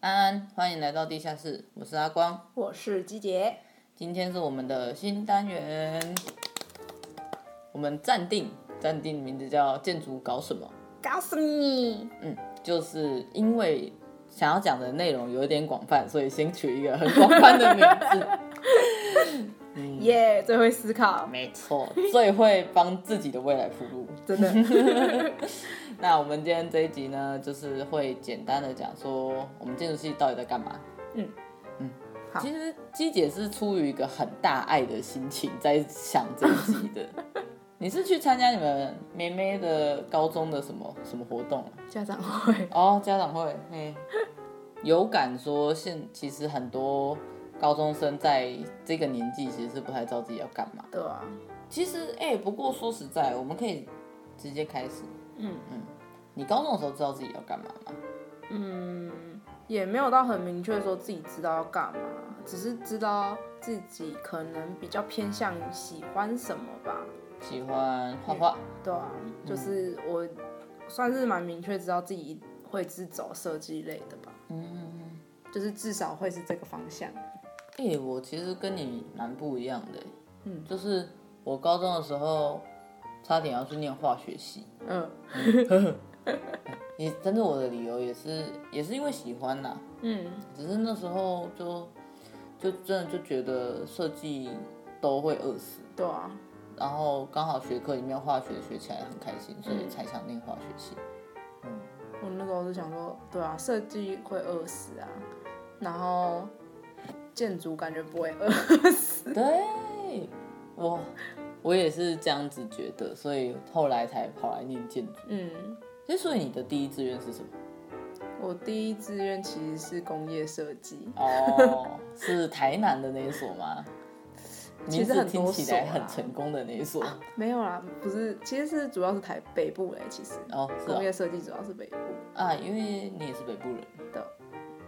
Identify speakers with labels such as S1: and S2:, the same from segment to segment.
S1: 安安，欢迎来到地下室，我是阿光。
S2: 我是吉杰，
S1: 今天是我们的新单元，我们暂定暂定名字叫“建筑搞什么
S2: 告诉你，”。
S1: 嗯，就是因为想要讲的内容有一点广泛，所以先取一个很广泛的名字。
S2: 耶、最会思考，
S1: 没错，哦最会帮自己的未来铺路。
S2: 真的，
S1: 那我们今天这一集呢，就是会简单的讲说我们建筑系到底在干嘛。
S2: 嗯
S1: 嗯，
S2: 好
S1: 其实鸡姐是出于一个很大爱的心情在想这一集的。 你是去参加你们妹妹的高中的什么什么活动啊？
S2: 家长会，
S1: 哦，家长会，嘿，有感说现其实很多高中生在这个年纪其实是不太知道自己要干嘛。
S2: 对啊，
S1: 其实，哎、不过说实在，我们可以直接开始。
S2: 嗯
S1: 嗯，你高中的时候知道自己要干嘛吗？
S2: 嗯，也没有到很明确说自己知道要干嘛，只是知道自己可能比较偏向喜欢什么吧，
S1: 喜欢画画，
S2: 对啊，就是我算是蛮明确知道自己会是走设计类的吧，
S1: 嗯，
S2: 就是至少会是这个方向，
S1: 哎、我其实跟你蛮不一样的、
S2: 嗯
S1: 就是我高中的时候差点要去念化学系，
S2: 嗯
S1: 也但是我的理由也是也是因为喜欢啦，
S2: 嗯，
S1: 只是那时候就就真的就觉得设计都会饿死，
S2: 对啊，
S1: 然后刚好学科里面化学学起来很开心，所以才想念化学系。
S2: 我那时候就想说，对啊，设计会饿死啊，然后建筑感觉不会饿。
S1: 对，我我也是这样子觉得，所以后来才跑来念建筑。
S2: 嗯，
S1: 其实，所以你的第一志愿是什么？
S2: 我第一志愿其实是工业设计，
S1: 哦，是台南的那一所吗？名
S2: 其实
S1: 字
S2: 很
S1: 听
S2: 多
S1: 起
S2: 所啊
S1: 来
S2: 啦
S1: 很成功的那一所。
S2: 没有啦，不是，其实是主要是台北部嘞，其实
S1: 哦，是
S2: 工
S1: 哦
S2: 业设计主要是北部，
S1: 啊，因为你也是北部人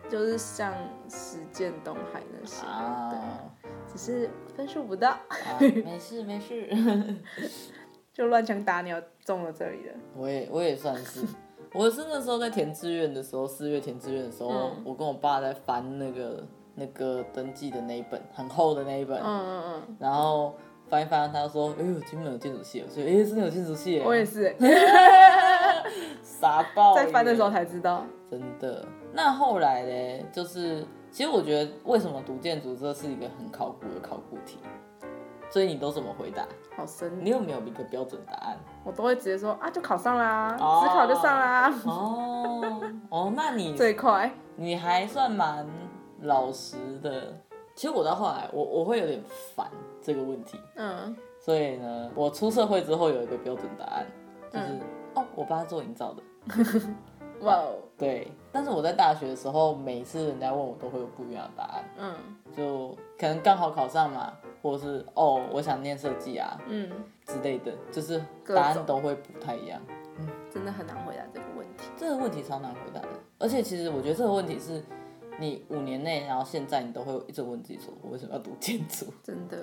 S2: 就是像石建、东海那些，
S1: 啊。
S2: 对，只是分数不到，
S1: 啊，没事没事，
S2: 就乱枪打鸟中了这里了。
S1: 我也我也算是，我是那时候在填志愿的时候，四月填志愿的时候，
S2: 嗯
S1: 我跟我爸在翻那个那个登记的那一本很厚的那一本，
S2: 嗯嗯嗯，
S1: 然后翻一翻，他说：“哎呦，金门有建筑系哦，所以哎，真的有建筑系耶。”
S2: 我也是欸、
S1: 傻爆了。
S2: 在翻的时候才知道，
S1: 真的。那后来嘞，就是其实我觉得为什么读建筑这是一个很考古的考古题，所以你都怎么回答？
S2: 好深，
S1: 你有没有一个标准答案？
S2: 我都会直接说啊，就考上啦，
S1: 哦
S2: 只考就上啦，
S1: 哦哦，那你
S2: 最快。
S1: 你还算蛮老实的。其实我到后来，我我会有点烦这个问题，
S2: 嗯
S1: 所以呢，我出社会之后有一个标准答案，就是、哦，我爸做营造的。，
S2: 哇哦，
S1: 对，但是我在大学的时候，每次人家问我都会有不一样的答案，
S2: 嗯
S1: 就可能刚好考上嘛，或者是哦，我想念设计啊
S2: 嗯，
S1: 之类的，就是
S2: 各种
S1: 答案都会不太一样。
S2: 真的很难回答这个问题。
S1: 这个问题超难回答的，而且其实我觉得这个问题是你五年内，然后现在你都会一直问自己说，我为什么要读建筑？
S2: 真的，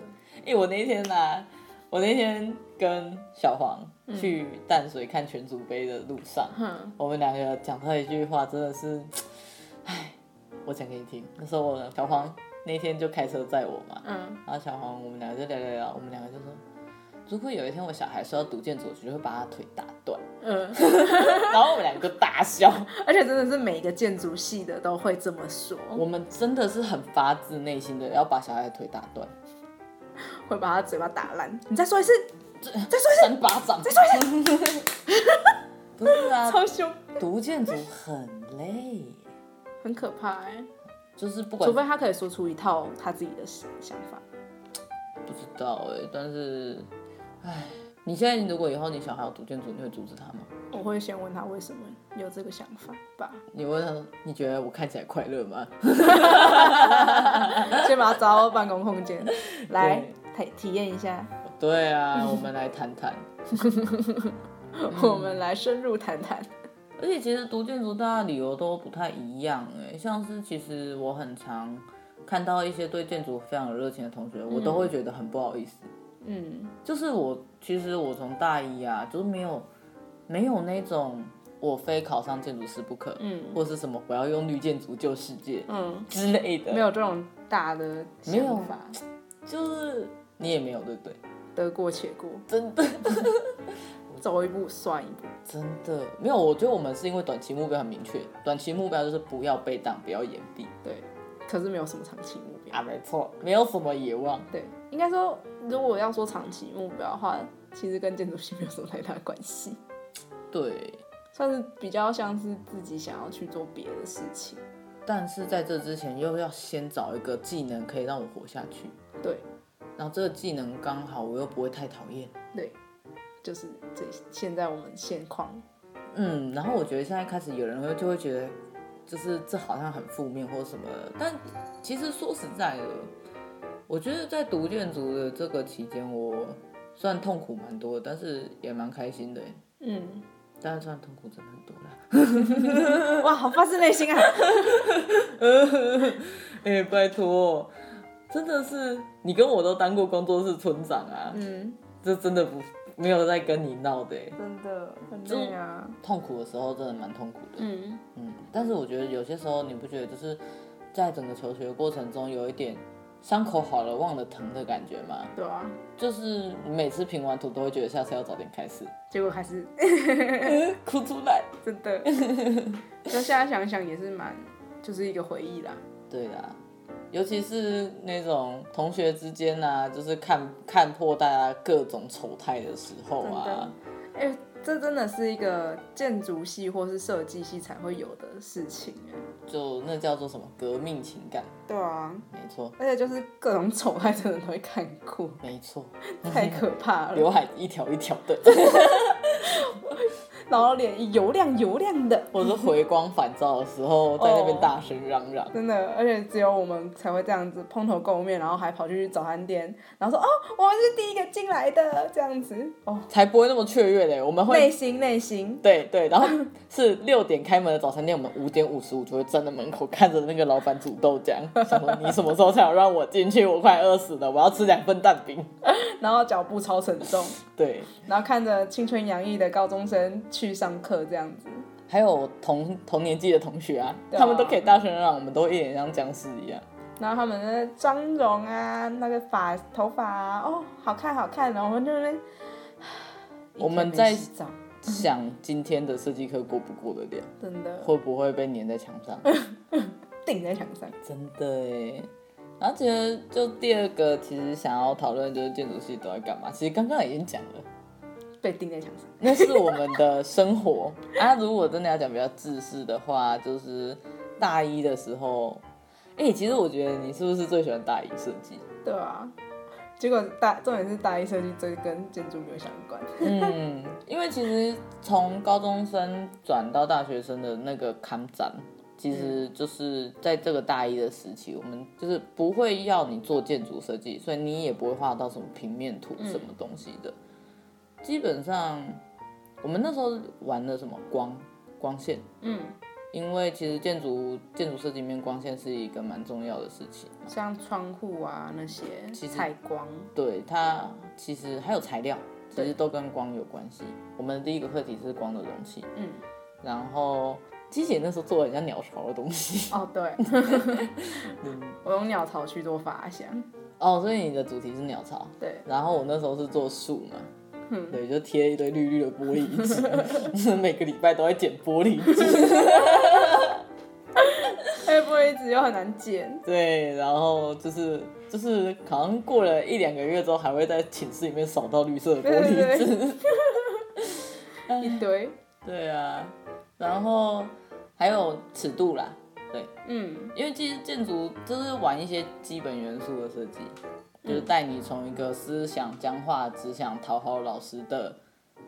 S1: 哎、我那一天呢、我那天跟小黄
S2: 嗯
S1: 去淡水看全祖杯的路上，
S2: 哼，
S1: 我们两个讲到一句话，真的是，唉，我讲给你听。那时候我小黄那天就开车载我嘛，
S2: 嗯，
S1: 然后啊小黄我们两个就聊聊聊，我们两个就说，如果有一天我小孩说要读建筑，我就会把他腿打断。
S2: 嗯，
S1: 然后我们两个大笑，
S2: 而且真的是每个建筑系的都会这么说，
S1: 我们真的是很发自内心的要把小孩的腿打断，
S2: 会把他嘴巴打烂。你再说一次，
S1: 扇巴掌。再说一次， 不是 啊，
S2: 超凶，
S1: 读建筑很累，
S2: 很可怕哎、
S1: 就是不管
S2: 除非他可以说出一套他自己的想法。
S1: 不知道哎、但是，唉，你现在如果以后你小孩要读建筑，你会阻止他吗？
S2: 我会先问他为什么有这个想法 吧，
S1: 你问他，你觉得我看起来快乐吗？
S2: 先把他找到办公空间，来体体验一下，
S1: 对啊，我们来谈谈。
S2: 我们来深入谈谈。
S1: 而且其实读建筑大家理由都不太一样哎、像是其实我很常看到一些对建筑非常有热情的同学，我都会觉得很不好意思。
S2: 嗯
S1: 就是我其实我从大一啊，就是没有没有那种我非考上建筑师不可，嗯，或是什么我要用绿建筑救世界，
S2: 嗯，
S1: 之类的，
S2: 没有这种大的
S1: 没有
S2: 想法，
S1: 就是你也没有对不对？
S2: 得过且过，
S1: 真的
S2: 走一步算一步。
S1: 真的没有，我觉得我们是因为短期目标很明确，短期目标就是不要被挡，不要延毕
S2: 对，可是没有什么长期目标。
S1: 啊，没错，没有什么野望，
S2: 对，应该说，如果要说长期目标的话，其实跟建筑系没有什么太大的关系，
S1: 对。
S2: 算是比较像是自己想要去做别的事情。
S1: 但是在这之前，又要先找一个技能可以让我活下去，
S2: 对
S1: 然后这个技能刚好我又不会太讨厌，
S2: 对，就是这现在我们现况，
S1: 嗯，然后我觉得现在开始有人会就会觉得，就是这好像很负面或什么的，但其实说实在的，我觉得在读建筑的这个期间，我算痛苦蛮多的，但是也蛮开心的耶，欸
S2: 嗯，
S1: 但是算痛苦真的很多啦。
S2: 哇，好发自内心 啊！
S1: 哎、拜托，真的是你跟我都当过工作室村长啊，
S2: 嗯，
S1: 这真的不没有在跟你闹的耶，欸
S2: 真的很累啊。
S1: 痛苦的时候真的蛮痛苦的。
S2: 嗯，
S1: 嗯，但是我觉得有些时候你不觉得就是在整个求学过程中有一点伤口好了忘了疼的感觉吗？
S2: 对啊，
S1: 就是你每次评完图都会觉得下次要早点开始，
S2: 结果还是
S1: 哭出来。
S2: 真 的，就现在想想也是蛮，就是一个回忆啦。
S1: 对啦，尤其是那种同学之间啊，就是看看破大家各种丑态的时候
S2: 真的
S1: 啊，
S2: 哎、这真的是一个建筑系或是设计系才会有的事情哎。
S1: 就那叫做什么革命情感，
S2: 对啊，
S1: 没错，
S2: 而且就是各种丑态真的都会看 过，
S1: 没错，
S2: 太可怕了。
S1: 刘海一条一条的，
S2: 然后脸一油亮油亮的，
S1: 或者是回光返照的时候，在那边
S2: 哦
S1: 大声嚷嚷。
S2: 真的，而且只有我们才会这样子蓬头垢面，然后还跑去早餐店，然后说哦，我们是第一个进来的这样子哦，
S1: 才不会那么雀跃嘞。我们
S2: 内
S1: 会
S2: 心内心，
S1: 对对，然后是六点开门的早餐店，我们五点五十五就会站在门口看着那个老板煮豆 浆，想说你什么时候才有让我进去？我快饿死了，我要吃两份蛋饼。
S2: 然后脚步超沉重，
S1: 对，
S2: 然后看着青春洋溢的高中生去上课这样子，
S1: 还有同同年纪的同学啊，
S2: 对啊
S1: 他们都可以大声嚷嚷，我们都一脸像僵尸一样。
S2: 然后他们的妆容啊，那个发头发啊，哦，好看好看，然后我们就在那边，
S1: 我们在
S2: 一天没洗澡
S1: 想今天的设计课过不过得了，
S2: 真的
S1: 会不会被粘在墙上？
S2: 顶在墙上，
S1: 真的耶。然后其实就第二个，其实想要讨论就是建筑系都在干嘛。其实刚刚已经讲了。
S2: 被钉在墙上，
S1: 那是我们的生活啊。如果真的要讲比较自私的话，就是大一的时候，哎、其实我觉得你是不是最喜欢大一设计？
S2: 对啊。结果大重点是大一设计这跟建筑没有相关，
S1: 嗯，因为其实从高中生转到大学生的那个看展，其实就是在这个大一的时期，我们就是不会要你做建筑设计，所以你也不会画到什么平面图什么东西的。基本上，我们那时候玩的什么光光线，
S2: 嗯，
S1: 因为其实建筑建筑设计里面光线是一个蛮重要的事情，
S2: 像窗户啊那些
S1: 其实
S2: 采光，
S1: 对它其实还有材料，其实都跟光有关系。我们的第一个课题是光的容器，
S2: 嗯，
S1: 然后机姐那时候做了人家鸟巢的东西，
S2: 哦 对，嗯我用鸟巢去做发想，
S1: 哦，所以你的主题是鸟巢，
S2: 对，嗯
S1: 然后我那时候是做树嘛。对，就贴一堆绿绿的玻璃 纸，每个礼拜都在剪玻璃纸。
S2: 哎不会一直又很难剪，
S1: 对，然后就是就是，好像过了一两个月之后，还会在寝室里面扫到绿色的玻璃
S2: 对
S1: 纸。
S2: 一堆，
S1: 对啊，然后还有尺度啦，对，
S2: 嗯，
S1: 因为其实建筑就是玩一些基本元素的设计，
S2: 嗯
S1: 就是带你从一个思想僵化、只想讨好老师的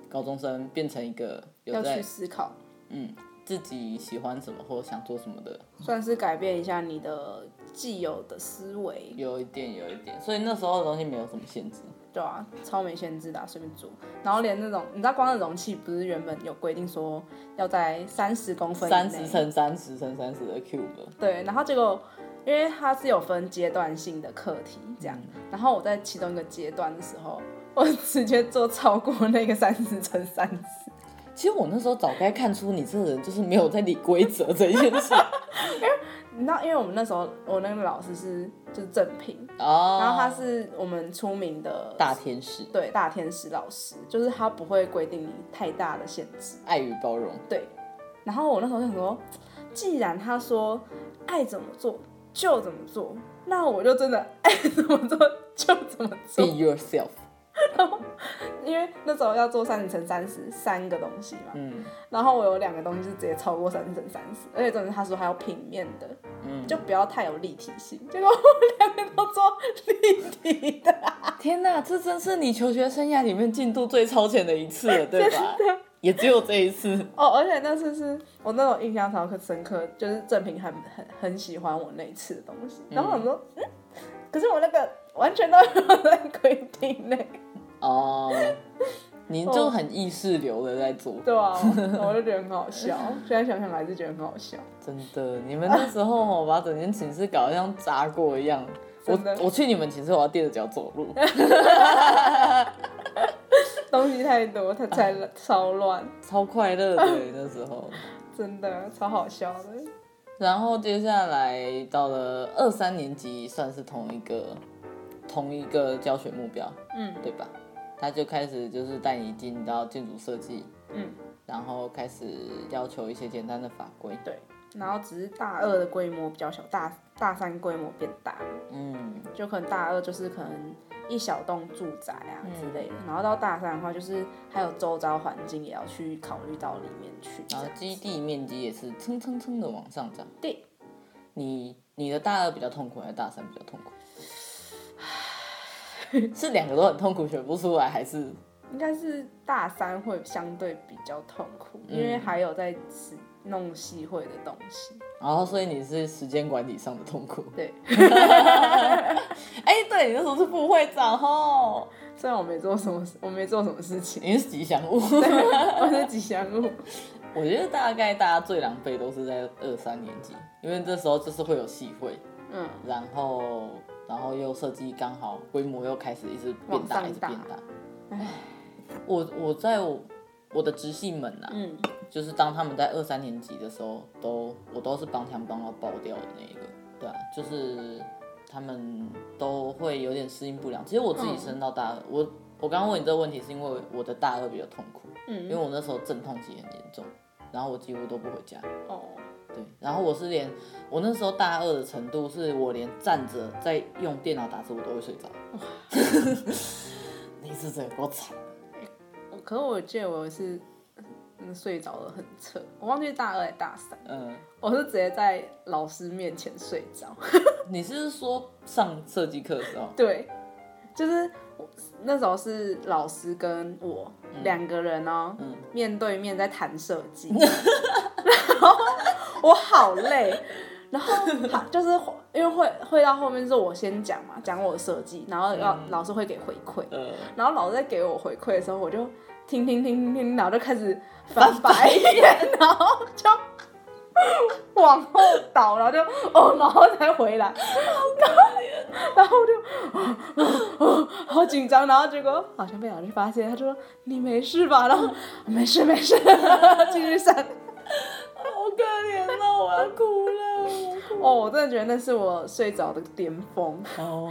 S1: 高中生，变成一个有
S2: 要去
S1: 在
S2: 思考，
S1: 嗯自己喜欢什么或想做什么的，
S2: 算是改变一下你的既有的思维，
S1: 有一点有一点，所以那时候的东西没有什么限制。
S2: 对啊，超没限制的、啊，随便做。然后连那种，你知道光的容器不是原本有规定说要在三十公分以
S1: 三
S2: 内
S1: 十乘三十乘三十的 cube，
S2: 对，然后结果因为它是有分阶段性的课题这样，
S1: 嗯
S2: 然后我在其中一个阶段的时候，我直接做超过那个三十乘三十，
S1: 其实我那时候早该看出你这个人就是没有在理规则这一件事
S2: 你知道，因为我们那时候我那个老师是就是正品，
S1: 哦。
S2: 然后他是我们出名的
S1: 大天使，
S2: 对大天使老师，就是他不会规定你太大的限制。
S1: 爱与包容，
S2: 对，然后我那时候就想说，既然他说爱怎么做就怎么做，那我就真的 爱怎么做就怎么
S1: be
S2: 做。
S1: yourself。
S2: 因为那时候要做三十乘三十三个东西嘛，
S1: 嗯
S2: 然后我有两个东西是直接超过三十乘三十，而且重点是他说还有平面的，
S1: 嗯，
S2: 就不要太有立体性。结果我两个都做立体的，
S1: 天哪，这真是你求学生涯里面进度最超前的一次 了，对吧？也只有这一次。
S2: 哦，而且那次是我那种印象超刻深刻，就是郑平很很很喜欢我那一次的东西，然后我说，嗯，可是我那个完全都没有在规定内，
S1: 哦，你就
S2: 哦
S1: 很意识流的在做，
S2: 对啊，我就觉得很好笑，现在想想还是觉得很好笑，
S1: 真的。你们那时候哦，把整间寝室搞得像炸过一样。我
S2: 真的
S1: 我去你们寝室，我要踮着脚走路。
S2: 东西太多，他才超乱，
S1: 超快乐 的欸那时候。
S2: 真的超好笑的，
S1: 然后接下来到了二三年级，算是同一个同一个教学目标，
S2: 嗯
S1: 对吧？他就开始就是带你进到建筑设计，
S2: 嗯，
S1: 然后开始要求一些简单的法规。
S2: 对，然后只是大二的规模比较小，大大三规模变大了。
S1: 嗯，
S2: 就可能大二就是可能一小栋住宅啊
S1: 嗯
S2: 之类的，然后到大三的话，就是还有周遭环境也要去考虑到里面去。
S1: 然后基地面积也是蹭蹭蹭的往上涨。
S2: 对，
S1: 你你的大二比较痛苦，还是大三比较痛 苦？是两个都很痛苦，学不出来，还是
S2: 应该是大三会相对比较痛苦，因为
S1: 嗯
S2: 还有在吃弄细会的东西。
S1: 然后，所以你是时间管理上的痛苦。
S2: 对，
S1: 哎、对你那时候是副会长吼，
S2: 虽然我没做什么事，我没做什么事情，
S1: 你是吉祥物。
S2: 我是 吉祥物。
S1: 我觉得大概大家最狼狈都是在二三年级，因为这时候就是会有系会，
S2: 嗯，
S1: 然后然后又设计刚好规模又开始一直变大，
S2: 往上
S1: 一直变大。
S2: 大
S1: 唉，我我在我我的直系们啊，
S2: 嗯，
S1: 就是当他们在二三年级的时候，都我都是帮他们帮到爆掉的那一个，对啊，就是他们都会有点适应不良。其实我自己升到大二，我我刚刚问你这个问题，是因为我的大二比较痛苦，
S2: 嗯
S1: 因为我那时候阵痛期很严重，然后我几乎都不回家，
S2: 哦，
S1: 对，然后我是连我那时候大二的程度，是我连站着在用电脑打字我都会睡着， 你是真的够惨的，
S2: 我可是我记得我是嗯睡着了很彻，我忘记大二还是大三，
S1: 嗯。
S2: 我是直接在老师面前睡着。
S1: 你是说上设计课的时候？
S2: 对，就是我那时候是老师跟我两、个人哦、
S1: 嗯
S2: 面对面在谈设计，然后我好累，然后他就是因为会会到后面是我先讲嘛，讲我的设计，然后要、老师会给回馈，
S1: 呃，
S2: 然后老哦师在给我回馈的时候，我就听听听听听，然后就开始翻白眼，然后就往后倒，然后就哦，然后再回来，然后然后我就哦哦好紧张，然后结果好像被老师发现，他就说你没事吧？然后 没事没事，继续上。
S1: 好可怜哦，我要哭了。
S2: 哦，我真的觉得那是我睡着的巅峰，
S1: 哦，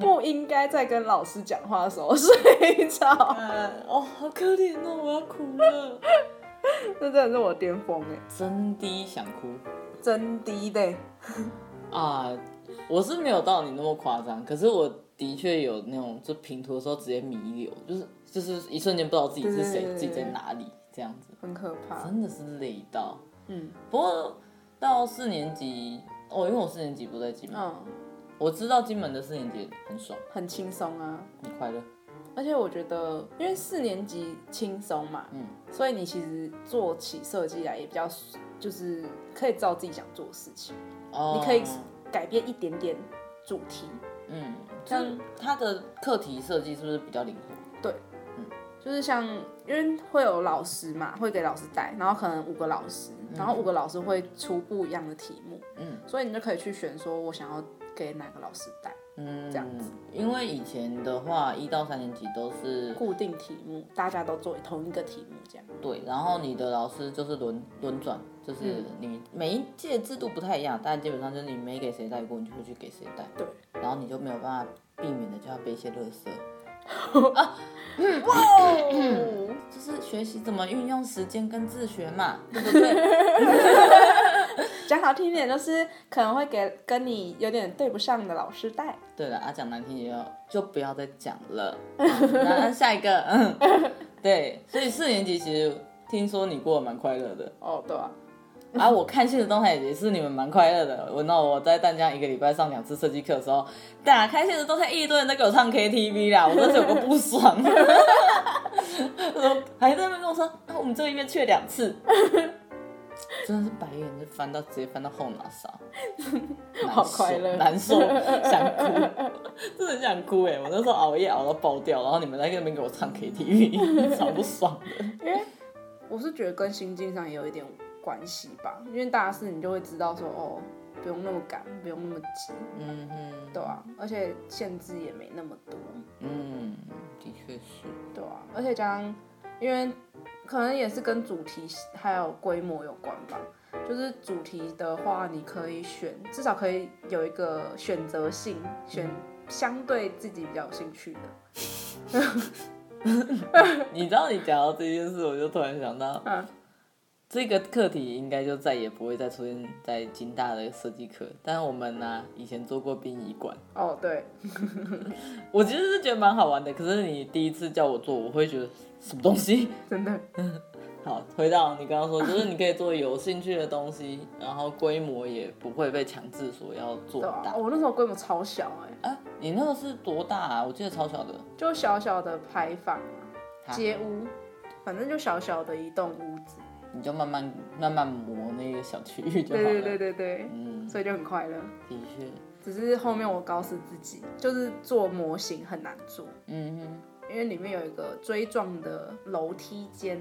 S2: 不应该在跟老师讲话的时候睡着，
S1: 哦，好可怜哦，我要哭了。
S2: 那真的是我巅峰哎，
S1: 真的想哭
S2: 真滴的欸。
S1: 啊！我是没有到你那么夸张，可是我的确有那种就平涂的时候直接弥留，就是就是一瞬间不知道自己是谁
S2: 对对对，对
S1: 自己在哪里这样子，
S2: 很可怕。
S1: 真的是累到。
S2: 嗯
S1: 不过到四年级，哦，因为我四年级不在金门，
S2: 嗯，
S1: 我知道金门的四年级很爽，
S2: 很轻松啊。
S1: 很快乐。
S2: 而且我觉得，因为四年级轻松嘛，
S1: 嗯，
S2: 所以你其实做起设计来也比较，就是可以知道自己想做的事情，
S1: 哦，
S2: 你可以改变一点点主题。
S1: 嗯，
S2: 像
S1: 像他的课题设计是不是比较灵活？
S2: 就是像，因为会有老师嘛，会给老师带，然后可能五个老师，然后五个老师会出不一样的题目，
S1: 嗯
S2: 所以你就可以去选，说我想要给哪个老师带，
S1: 嗯
S2: 这样子。
S1: 因为以前的话，一到三年级都是
S2: 固定题目，大家都做同一个题目这样。
S1: 对，然后你的老师就是轮轮转，就是你每一届制度不太一样，但基本上就是你没给谁带过，你就会去给谁带，
S2: 对，
S1: 然后你就没有办法避免的就要背一些垃圾。
S2: 哇，
S1: 就是学习怎么运用时间跟自学嘛，对不 对？
S2: 讲好听一点就是可能会给跟你有点对不上的老师带。
S1: 对了，啊，讲难听点就就不要再讲了。 嗯那那下一个，嗯，对，所以四年级其实听说你过得蛮快乐的，
S2: 哦，对啊，
S1: 啊，我看现实动态也是你们蛮快乐的。我那我在淡江一个礼拜上两次设计课的时候，打开现实动态，一堆人在给我唱 KTV 啦，我真是有个不爽。 还在那边跟我说，啊、我们这一边去了两次，真的是白眼就翻到直接翻到后脑勺，难
S2: 好
S1: 受
S2: 快乐
S1: 难受，想哭，真的很想哭哎、我那时候熬夜熬到爆掉，然后你们在那边给我唱 KTV，超不爽的。
S2: 我是觉得跟心境上也有一点关系吧，因为大四你就会知道说，哦，不用那么赶，不用那么急，
S1: 嗯哼，
S2: 对啊，而且限制也没那么多，
S1: 嗯，的确是。
S2: 对啊，而且加上因为可能也是跟主题还有规模有关吧。就是主题的话，你可以选，至少可以有一个选择性，选相对自己比较有兴趣的。
S1: 你知道你讲到这件事，我就突然想到，
S2: 嗯，
S1: 这个课题应该就再也不会再出现在金大的设计课。但是我们呢、以前做过殡仪馆，
S2: 哦，对，
S1: 我其实是觉得蛮好玩的。可是你第一次叫我做，我会觉得什么东西？
S2: 真的，
S1: 好，回到你刚刚说，就是你可以做有兴趣的东西，然后规模也不会被强制说要做
S2: 对啊，
S1: 大。
S2: 我那时候规模超小哎、
S1: 啊，你那个是多大啊？我记得超小的。
S2: 就小小的牌坊啊、
S1: 哈
S2: 街屋，反正就小小的一栋屋子。
S1: 你就慢慢慢慢磨那个小区域就好
S2: 对
S1: 了。
S2: 对对对对，
S1: 嗯，
S2: 所以就很快乐。
S1: 的确，
S2: 只是后面我告诉自己，就是做模型很难做，
S1: 嗯哼。
S2: 因为里面有一个锥状的楼梯间，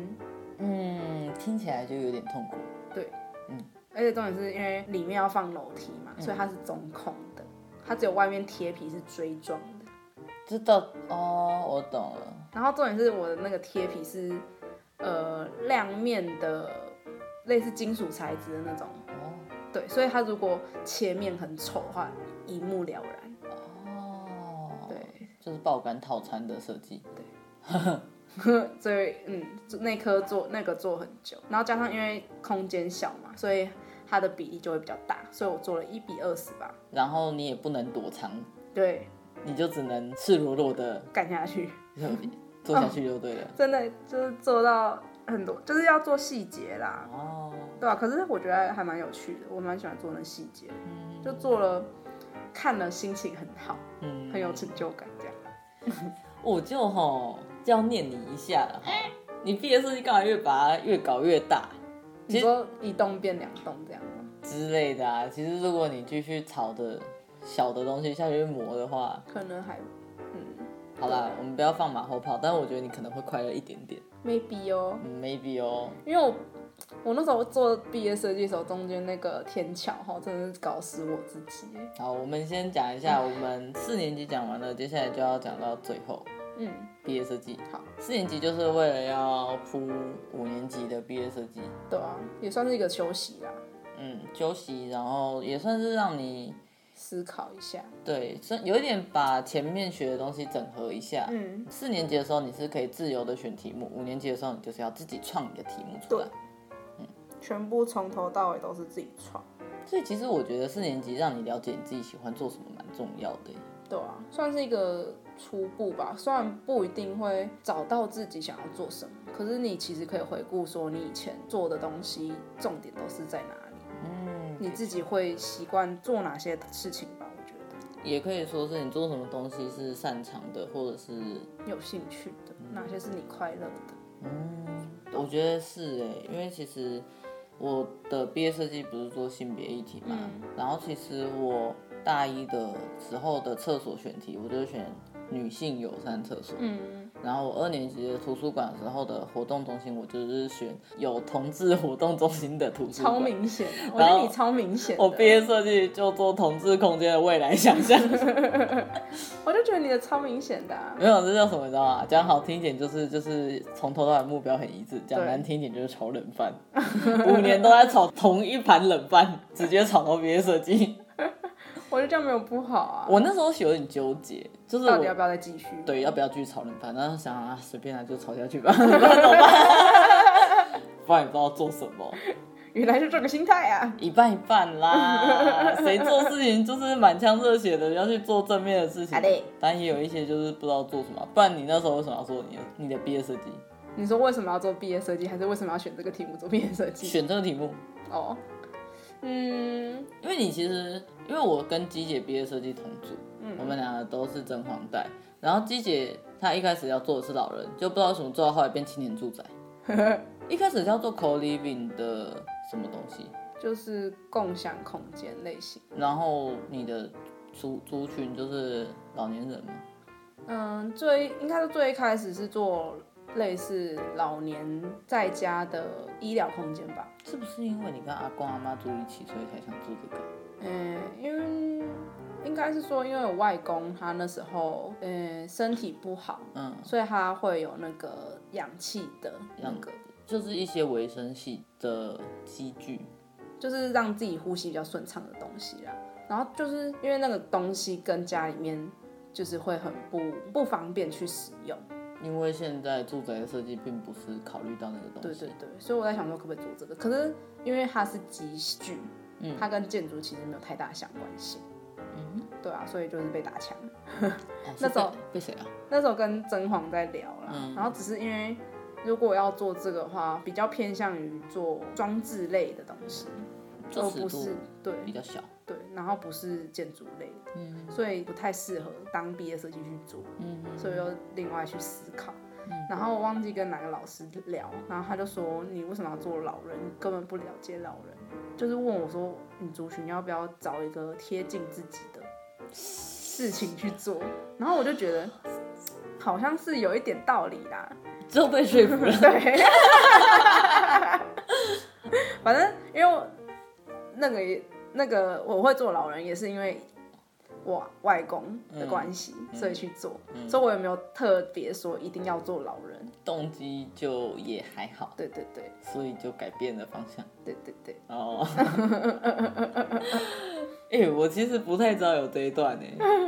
S1: 嗯，听起来就有点痛苦。
S2: 而且重点是因为里面要放楼梯嘛，所以它是中空的，它只有外面贴皮是锥状的。
S1: 知道哦，我懂了。
S2: 然后重点是我的那个贴皮是呃亮面的，类似金属材质的那种，
S1: 哦
S2: 对，所以它如果切面很丑的话，一目了然。
S1: 哦，，
S2: 对，
S1: 就是爆肝套餐的设计。
S2: 所以嗯，就那颗做那个做很久，然后加上因为空间小嘛，所以它的比例就会比较大，所以我做了一比二十吧。
S1: 然后你也不能躲藏，
S2: 对，
S1: 你就只能赤裸裸的
S2: 干下去，
S1: 做下去就对了。
S2: 真的就是做到很多，就是要做细节啦，
S1: 哦，
S2: 对啊，可是我觉得还蛮有趣的，我蛮喜欢做那细节，就做了，看了心情很好，
S1: 嗯，
S2: 很有成就感这样。
S1: 我就吼就要念你一下了哈。你毕业设计干嘛越把它越搞越大其
S2: 你
S1: 实
S2: 说一栋变两栋这样吗？
S1: 之类的啊？其实如果你继续炒的小的东西下去磨的话，
S2: 可能还，嗯
S1: 好啦，我们不要放马后炮，但我觉得你可能会快乐一点点。
S2: ，maybe 哦，
S1: 嗯，maybe 哦。
S2: 因为我我那时候做毕业设计的时候，中间那个天桥哈，真的是搞死我自己耶。
S1: 好，我们先讲一下，我们四年级讲完了，接下来就要讲到最后
S2: 嗯，
S1: 毕业设计。
S2: 好，
S1: 四年级就是为了要铺五年级的毕业设计，
S2: 对啊，也算是一个休息啦，
S1: 嗯，休息，然后也算是让你
S2: 思考一下。
S1: 对，算有一点把前面学的东西整合一下。
S2: 嗯，
S1: 四年级的时候你是可以自由的选题目，五年级的时候你就是要自己创一个题目出来。
S2: 全部从头到尾都是自己创。
S1: 所以其实我觉得四年级让你了解你自己喜欢做什么蛮重要的耶。
S2: 对啊，算是一个初步吧。虽然不一定会找到自己想要做什么，可是你其实可以回顾说你以前做的东西，重点都是在哪里，
S1: 嗯，
S2: 你自己会习惯做哪些事情吧？我觉得
S1: 也可以说是你做什么东西是擅长的，或者是
S2: 有兴趣的，
S1: 嗯
S2: 哪些是你快乐的。
S1: 我觉得是哎、因为其实我的毕业设计不是做性别议题嘛，
S2: 嗯
S1: 然后其实我大一的时候的厕所选题，我就选女性友善厕所，
S2: 嗯，
S1: 然后我二年级的图书馆时候的活动中心，我就是选有同志活动中心的图书
S2: 超
S1: 馆。
S2: 明显，啊我觉得
S1: 然后
S2: 你超明显
S1: 嗯哦
S2: 的。
S1: 我毕业设计就做同志空间的未来想象，
S2: 我就觉得你的超明显的、啊。
S1: 没有这叫什么你知道吗？讲好听一点就是就是从头到尾目标很一致，讲
S2: 对
S1: 难听一点就是炒冷饭，五年都在炒同一盘冷饭，直接炒到毕业设计。
S2: 我觉得这样没有不好啊。
S1: 我那时候有点纠结，就是
S2: 到底要
S1: 我
S2: 不要再继续？
S1: 对要不要继续炒冷饭，然后想啊随便啊就炒下去 吧，不然怎么办不然也不知道做什么。
S2: 原来是这个心态啊！
S1: 一半一半啦，谁做事情就是满腔热血的要去做正面的事情
S2: 好的，
S1: 但也有一些就是不知道做什么。不然你那时候为什么要做你的你的毕业设计？
S2: 你说为什么要做毕业设计，还是为什么要选这个题目做毕业设计？
S1: 选这个题目，
S2: 哦，嗯，
S1: 因为你其实因为我跟鸡姐毕业设计同组，
S2: 嗯
S1: 我们两个都是真黄带。然后鸡姐她一开始要做的是老人，就不知道为什么做到后来变青年住 宅。一开始是要做 co living 的什么东西，
S2: 就是共享空间类型。
S1: 然后你的族族群就是老年人嘛。
S2: 嗯，最应该是最一开始是做类似老年在家的医疗空间吧。
S1: 是不是因为你跟阿公阿妈住一起，所以才想住这个？
S2: 嗯，因为应该是说，因为我外公他那时候嗯身体不好，
S1: 嗯，
S2: 所以他会有那个氧气的那个，
S1: 就是一些维生系的机具，
S2: 就是让自己呼吸比较顺畅的东西啦。然后就是因为那个东西跟家里面就是会很不不方便去使用，
S1: 因为现在住宅的设计并不是考虑到那个东
S2: 对
S1: 西。
S2: 对对，所以我在想说可不可以做这个，可是因为它是集聚，嗯，它跟建筑其实没有太大相关性，嗯，对啊，所以就是被打枪。
S1: 哦
S2: 那
S1: 是
S2: 种
S1: 被被谁啊？
S2: 那时候跟甄嬛在聊啦，然后只是因为如果要做这个的话，比较偏向于做装置类的东西，
S1: 就
S2: 而
S1: 尺
S2: 不
S1: 度
S2: 是对
S1: 比较小，
S2: 对，然后不是建筑类的，嗯，所以不太适合当毕业设计去做，
S1: 嗯，
S2: 所以又另外去思考。然后我忘记跟哪个老师聊，然后他就说你为什么要做老人？你根本不了解老人，就是问我说你族群要不要找一个贴近自己的事情去做？然后我就觉得好像是有一点道理啦，
S1: 就被说服了。
S2: 对， 反正因为我那个也那个我会做老人，也是因为我外公的关系，所以去做，所以我也没有特别说一定要做老人。
S1: 动机就也还好，
S2: 对对对
S1: 所以就改变了方向。
S2: 对对对，
S1: 哦， 哎、我其实不太知道有这一段呢、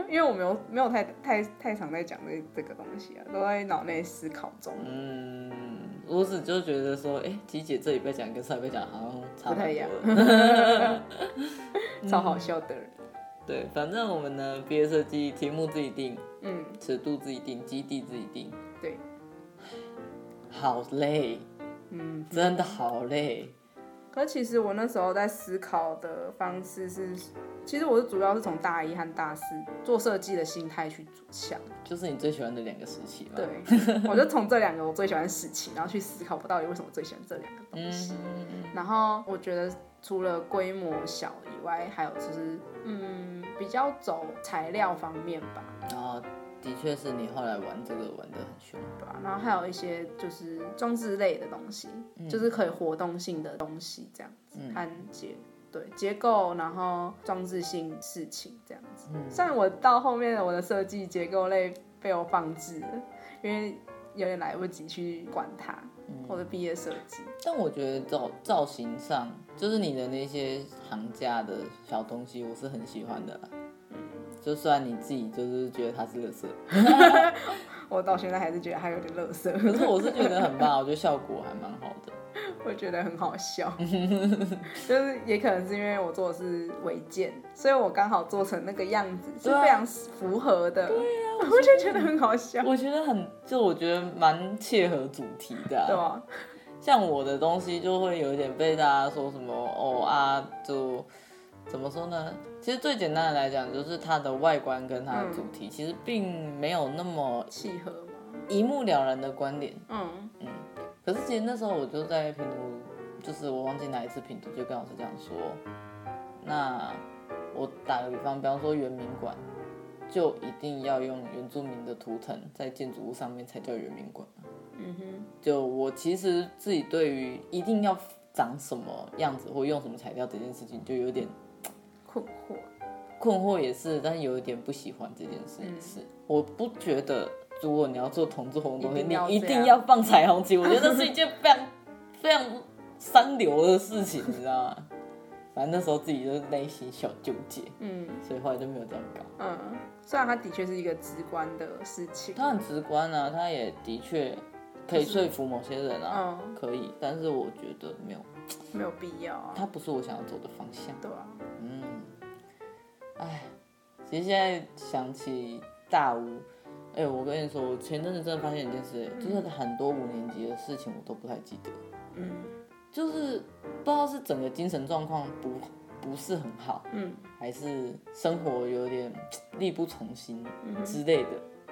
S2: 因为我没有没有太太太常在讲这这个东西啊，都在脑内思考中，
S1: 嗯，我只就觉得说，哎、吉姐这里被讲跟上一辈讲好像差蛮
S2: 不太一样
S1: 多的。
S2: 超好笑的。
S1: 对，反正我们呢，毕业设计题目自己定，
S2: 嗯，
S1: 尺度自己定，基地自己定，
S2: 对，
S1: 好累，
S2: 嗯。
S1: 真的好累。
S2: 可其实我那时候在思考的方式是，其实我是主要是从大一和大四做设计的心态去想。
S1: 就是你最喜欢的两个时期嘛。
S2: 对， 我就从这两个我最喜欢的事情，然后去思考我到底为什么最喜欢这两个东
S1: 嗯
S2: 西。然后我觉得除了规模小以外，还有就是嗯，比较走材料方面吧，
S1: 然后的确是你后来玩这个玩的很凶，
S2: 对吧、然后还有一些就是装置类的东西，就是可以活动性的东西这样子，按结对结构，然后装置性事情这样子。虽然我到后面我的设计结构类被我放置了，因为有点来不及去管它，我的毕业设计。
S1: 但我觉得造造型上，就是你的那些行家的小东西，我是很喜欢的啦。就算你自己就是觉得它是垃圾，
S2: 我到现在还是觉得它有点垃圾，
S1: 可是我是觉得很棒，我觉得效果还蛮好的。
S2: 我觉得很好 笑，就是也可能是因为我做的是违建，所以我刚好做成那个样子是
S1: 对啊
S2: 非常符合的，对啊，我就觉得很好 笑，
S1: 我觉得很，就我觉得蛮切合主题的、啊。
S2: 对吧？
S1: 像我的东西就会有点被大家说什么哦啊，就怎么说呢？其实最简单的来讲，就是它的外观跟它的主题，其实并没有那么
S2: 契合嘛，
S1: 一目了然的关联。
S2: 嗯，
S1: 可是其实那时候我就在品读，就是我忘记哪一次品读，就跟老师这样说。那我打个比方，比方说圆明馆，就一定要用原住民的图腾在建筑物上面才叫原民馆吗？
S2: 嗯哼，
S1: 就我其实自己对于一定要长什么样子或用什么材料这件事情，就有点
S2: 困惑。
S1: 困惑也是，但有一点不喜欢这件事也是。我不觉得，如果你要做同志红的东西，
S2: 嗯一定要
S1: 你一
S2: 这
S1: 定
S2: 样
S1: 要放彩虹旗，我觉得是一件非常非常三流的事情，你知道吗？反正那时候自己就是内心小纠结，
S2: 嗯
S1: 所以后来就没有这样搞。
S2: 嗯，虽然它的确是一个直观的事情，
S1: 它很直观啊，它也的确可以说服某些人啊，
S2: 嗯，
S1: 可以。但是我觉得没有，
S2: 没有必要啊。
S1: 它不是我想要走的方向。
S2: 对啊，
S1: 嗯，哎，其实现在想起大五，哎、我跟你说，我前阵子真的发现一件事、就是很多五年级的事情我都不太记得，
S2: 嗯
S1: 就是不知道是整个精神状况不不是很好，
S2: 嗯
S1: 还是生活有点力不从心
S2: 嗯哼
S1: 之类的。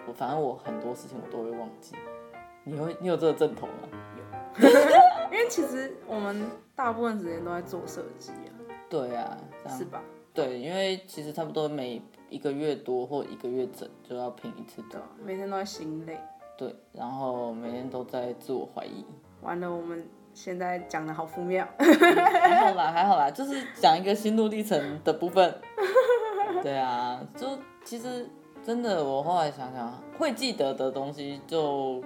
S1: 我反正我很多事情我都会忘记。你会你有这个症头吗？
S2: 嗯因为其实我们大部分时间都在做设计啊，
S1: 对啊，这样
S2: 是吧？
S1: 对，因为其实差不多每一个月多或一个月整就要拼一次图
S2: 对。啊，每天都在心累。
S1: 对，然后每天都在自我怀疑。
S2: 完了，我们现在讲的好负面啊。
S1: 还好啦，还好啦，就是讲一个心路历程的部分。 对啊，就其实真的，我后来想想，会记得的东西就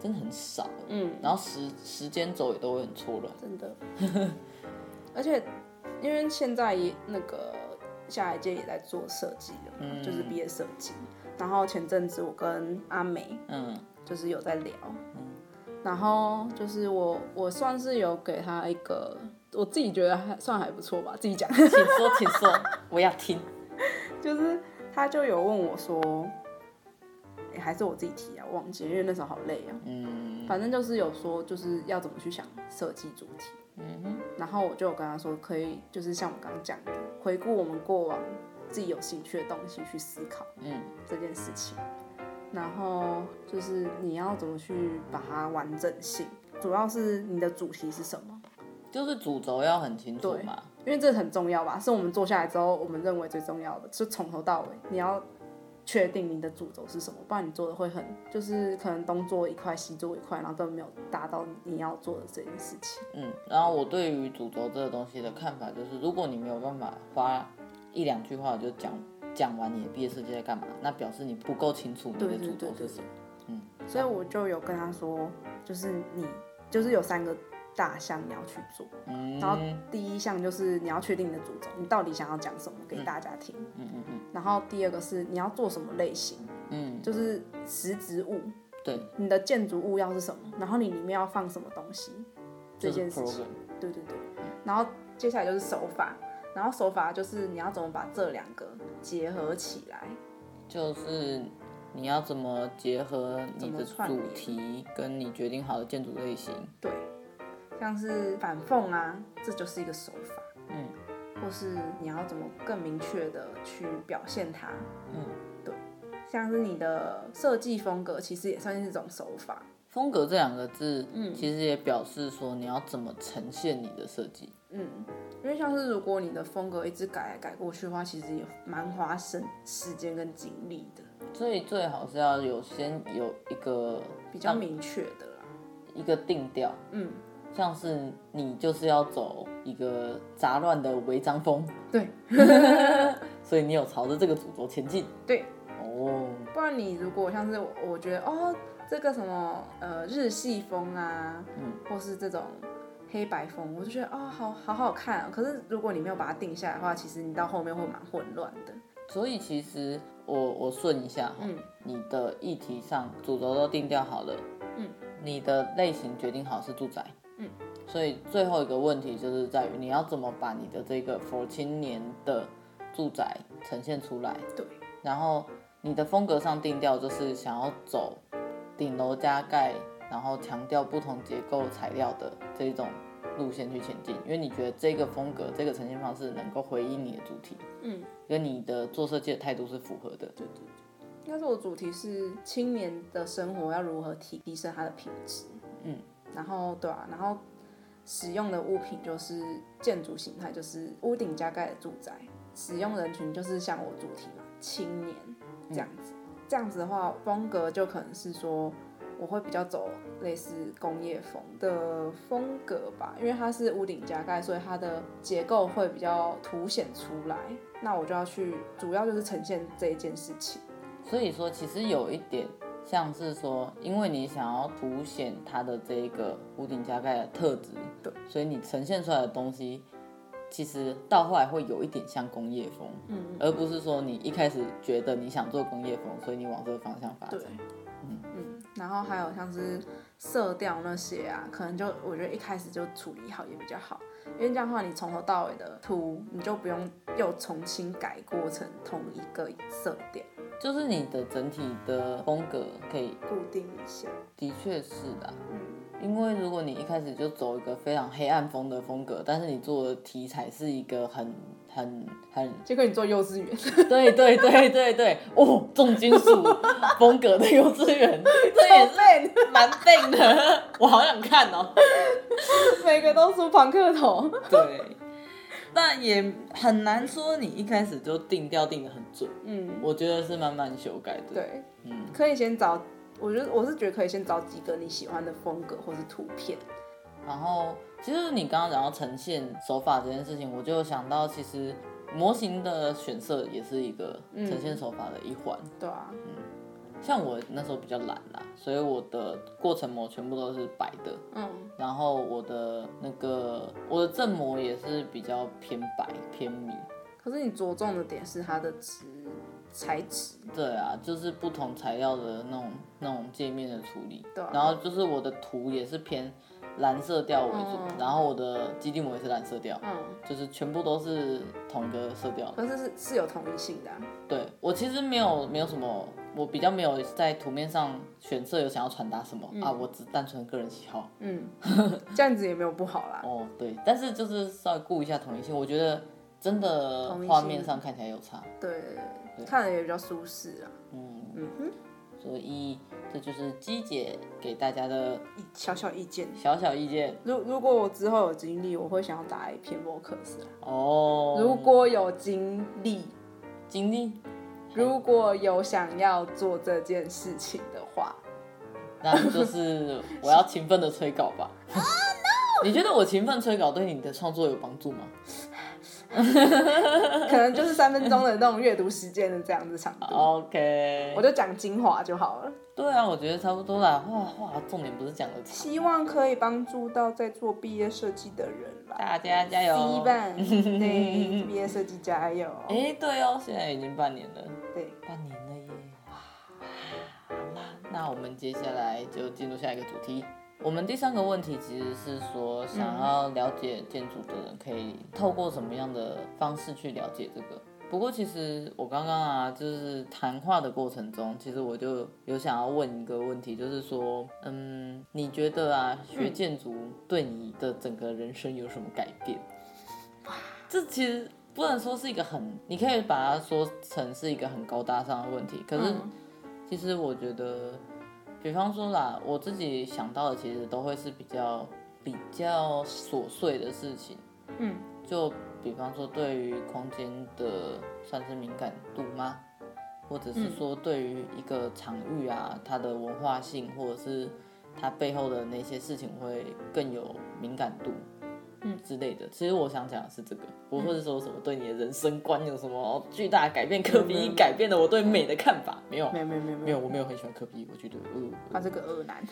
S1: 真的很少，
S2: 嗯，
S1: 然后时时间轴也都会很错乱。
S2: 真的。 而且，因为现在也那个下一届也在做设计了嘛，
S1: 嗯
S2: 就是毕业设计。然后前阵子我跟阿美
S1: 嗯
S2: 就是有在聊，然后就是我我算是有给她一个，我自己觉得还算还不错吧，自己讲。
S1: 请说，请说，我要听。
S2: 就是他就有问我说，诶还是我自己提啊，我忘记了，因为那时候好累啊。
S1: 嗯
S2: 反正就是有说，就是要怎么去想设计主题。
S1: 嗯哼
S2: 然后我就有跟他说，可以就是像我刚刚讲的，回顾我们过往自己有兴趣的东西去思考
S1: 嗯
S2: 这件事情。然后就是你要怎么去把它完整性，主要是你的主题是什么，
S1: 就是主轴要很清楚
S2: 对
S1: 嘛。
S2: 因为这很重要吧，是我们做下来之后，我们认为最重要的，就从头到尾你要确定你的主轴是什么，不然你做的会很，就是可能东做一块，西做一块，然后根本没有达到你要做的这件事情。
S1: 嗯，然后我对于主轴这个东西的看法就是，如果你没有办法花一两句话就讲讲完你的毕业设计在干嘛，那表示你不够清楚你
S2: 对
S1: 的
S2: 对
S1: 主
S2: 对
S1: 轴
S2: 对
S1: 是什么。
S2: 所以我就有跟他说，就是你就是有三个大项你要去做，
S1: 嗯
S2: 然后第一项就是你要确定你的主轴，你到底想要讲什么给大家听，
S1: 嗯嗯嗯
S2: 然后第二个是你要做什么类型，
S1: 嗯，
S2: 就是实质物，
S1: 对，
S2: 你的建筑物要是什么，然后你里面要放什么东西，这
S1: 这
S2: 件
S1: 是
S2: 事情。
S1: program。嗯
S2: 对对对，然后接下来就是手法，然后手法就是你要怎么把这两个结合起来。
S1: 就是你要怎么结合你
S2: 怎么
S1: 的
S2: 串
S1: 主
S2: 联
S1: 题跟你决定好的建筑类型，
S2: 对，像是反缝啊，这就是一个手法。
S1: 嗯，
S2: 或是你要怎么更明确的去表现它。
S1: 嗯，
S2: 对，像是你的设计风格，其实也算是一种手法。
S1: 风格这两个字，嗯，其实也表示说你要怎么呈现你的设计。
S2: 嗯，因为像是如果你的风格一直改来改过去的话，其实也蛮花时时间跟精力的，
S1: 所以最好是要有先有一个
S2: 比较明确的啦。
S1: 一个定调，
S2: 嗯，
S1: 像是你就是要走一个杂乱的违章风，
S2: 对
S1: 所以你有朝着这个主轴前进。
S2: 对，
S1: 哦，
S2: 不然你如果像是我我觉得哦，这个什么呃日系风啊，
S1: 嗯，
S2: 或是这种黑白风，我就觉得哦好好好看、哦。可是如果你没有把它定下来的话，其实你到后面会蛮混乱的。
S1: 所以其实我我顺一下哈，
S2: 嗯
S1: 你的议题上主轴都定调好了，
S2: 嗯，
S1: 你的类型决定好是住宅，
S2: 嗯，
S1: 所以最后一个问题就是在于你要怎么把你的这个佛青年的住宅呈现出来，
S2: 对，
S1: 然后你的风格上定调就是想要走顶楼加盖，然后强调不同结构材料的这一种路线去前进，因为你觉得这个风格、这个呈现方式能够回应你的主题，
S2: 嗯，
S1: 跟你的做设计的态度是符合的。
S2: 对对对。但是我主题是青年的生活要如何提提升它的品质。
S1: 嗯，
S2: 然后对啊，然后使用的物品就是建筑形态，就是屋顶加盖的住宅，使用人群就是像我主题嘛，青年。这样子。这样子的话，风格就可能是说，我会比较走类似工业风的风格吧，因为它是屋顶加盖，所以它的结构会比较凸显出来。那我就要去，主要就是呈现这一件事情。
S1: 所以说，其实有一点像是说，因为你想要凸显它的这一个屋顶加盖的特质，
S2: 对，
S1: 所以你呈现出来的东西，其实到后来会有一点像工业风，
S2: 嗯，
S1: 而不是说你一开始觉得你想做工业风，所以你往这个方向发展
S2: 对。嗯，然后还有像是色调那些啊，可能就我觉得一开始就处理好也比较好，因为这样的话你从头到尾的图你就不用又重新改过成同一个色调，
S1: 就是你的整体的风格可以，
S2: 固定一下。
S1: 的确是的、
S2: 嗯，
S1: 因为如果你一开始就走一个非常黑暗风的风格，但是你做的题材是一个很很很，
S2: 结果你做幼稚园，
S1: 对对对对对，哦，重金 属风格的幼稚园， 这也是
S2: 累，
S1: 蛮定的，我好想看哦。
S2: 每个都梳庞克头。
S1: 对，但也很难说你一开始就定调定的很准，
S2: 嗯，
S1: 我觉得是慢慢修改的。，
S2: 对，
S1: 嗯，
S2: 可以先找，我觉得我是觉得可以先找几个你喜欢的风格或是图片。
S1: 然后，其实你刚刚讲到呈现手法这件事情，我就想到，其实模型的选色也是一个
S2: 嗯
S1: 呈现手法的一环。
S2: 对啊，
S1: 像我那时候比较懒啦，所以我的过程模全部都是白的，
S2: 嗯
S1: 然后我的那个我的正模也是比较偏白偏米。
S2: 可是你着重的点是它的质材质，
S1: 对啊，就是不同材料的那种那种界面的处理。
S2: 对啊
S1: 然后就是我的图也是偏蓝色调为主，
S2: 嗯
S1: 然后我的基地膜也是蓝色调。
S2: 嗯。
S1: 就是全部都是同一个色调的。
S2: 可是是是有同一性的、啊，
S1: 对我其实没有没有什么，我比较没有在图面上选色有想要传达什么、啊，我只单纯个人喜好。
S2: 嗯，这样子也没有不好啦。
S1: 哦，对，但是就是稍微顾一下统一性，我觉得真的
S2: 同一性
S1: 画面上看起来有差。
S2: 对，看了也比较舒适啊。
S1: 嗯，
S2: 嗯哼，
S1: 所以这就是鸡姐给大家的
S2: 意小小意见。
S1: 小小意见
S2: 如如果我之后有经历，我会想要打一篇 vocus 啊。
S1: 哦。
S2: 如果有经历，
S1: 经历，
S2: 如果有想要做这件事情的话，
S1: 那 就是我要勤奋的催稿吧。
S2: Oh
S1: 你觉得我勤奋催稿对你的创作有帮助吗？
S2: 可能就是三分钟的那种阅读时间的这样子长度，
S1: 哦 OK，
S2: 我就讲精华就好了。
S1: 对啊，我觉得差不多啦。哇哇，重点不是讲的长，
S2: 希望可以帮助到在做毕业设计的人啦。
S1: 大家加油！
S2: 班，对，毕业设计加油。
S1: 哎、对哦，现在已经半年了，
S2: 对，
S1: 半年了耶。好啦，那我们接下来就进入下一个主题。我们第三个问题其实是说，想
S2: 嗯
S1: 要了解建筑的人可以透过什么样的方式去了解这个？不过其实我刚刚啊，就是谈话的过程中，其实我就有想要问一个问题，就是说，嗯，你觉得啊，学建筑对你的整个人生有什么改变？ 这其实不能说是一个很，你可以把它说成是一个很高大上的问题，可是
S2: 嗯
S1: 其实我觉得，比方说啦，我自己想到的其实都会是比较比较琐碎的事情，
S2: 嗯，
S1: 就比方说对于空间的算是敏感度吗？或者是说对于一个场域啊，它的文化性，或者是它背后的那些事情会更有敏感度，嗯之类的。其实我想讲的是这个，不会是说什么对你的人生观有什么哦巨大的改变，科比
S2: 没有没
S1: 一
S2: 有
S1: 改变了我对美的看法，没有
S2: 没。有没有没有
S1: 没有，我没有很喜欢科比，我觉得，嗯，
S2: 他这个恶男，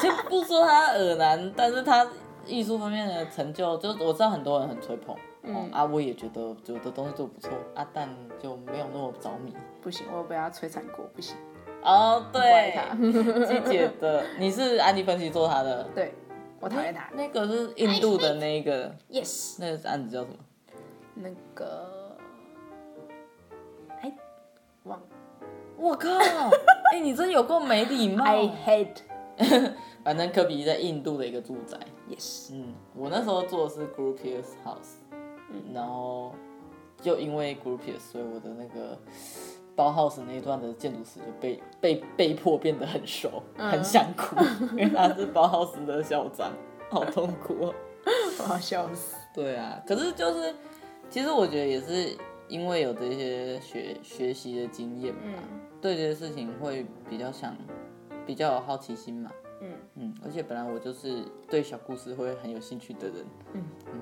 S1: 先不说他耳男，但是他艺术方面的成就，就我知道很多人很吹捧，嗯啊，我也觉得有的东西做得不错，啊，但就没有那么着迷。
S2: 不行，我被他摧残过，不行。
S1: 哦，对
S2: 他，
S1: 季姐的，你是安迪芬奇做他的，
S2: 对，我讨厌他。
S1: 那个是印度的那个，
S2: Yes，
S1: 那个案子叫什么？
S2: 那个，哎，忘了
S1: 我 靠，哎、你真有够没礼貌。
S2: ，I hate。
S1: 反正科比在印度的一个住宅，
S2: Yes，
S1: 嗯，我那时候做的是 Groupius House，嗯，然后就因为 Groupius，所以我的那个包 house 那一段的建筑师就被被被迫变得很熟，很想哭，因为他是包 house 的校长，好痛苦哦。
S2: 我要笑死。
S1: 对啊，可是就是，其实我觉得也是因为有这些学学习的经验嘛，
S2: 嗯
S1: 对这些事情会比较想，比较有好奇心嘛。
S2: 嗯
S1: 嗯，而且本来我就是对小故事会很有兴趣的人。
S2: 嗯
S1: 嗯，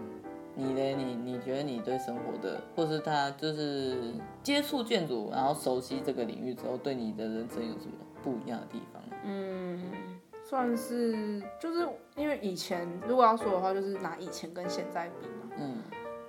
S1: 你嘞？你你觉得你对生活的，或是他就是接触建筑，然后熟悉这个领域之后，对你的人生有什么不一样的地方？
S2: 嗯，算是就是因为以前如果要说的话，就是拿以前跟现在比嘛。
S1: 嗯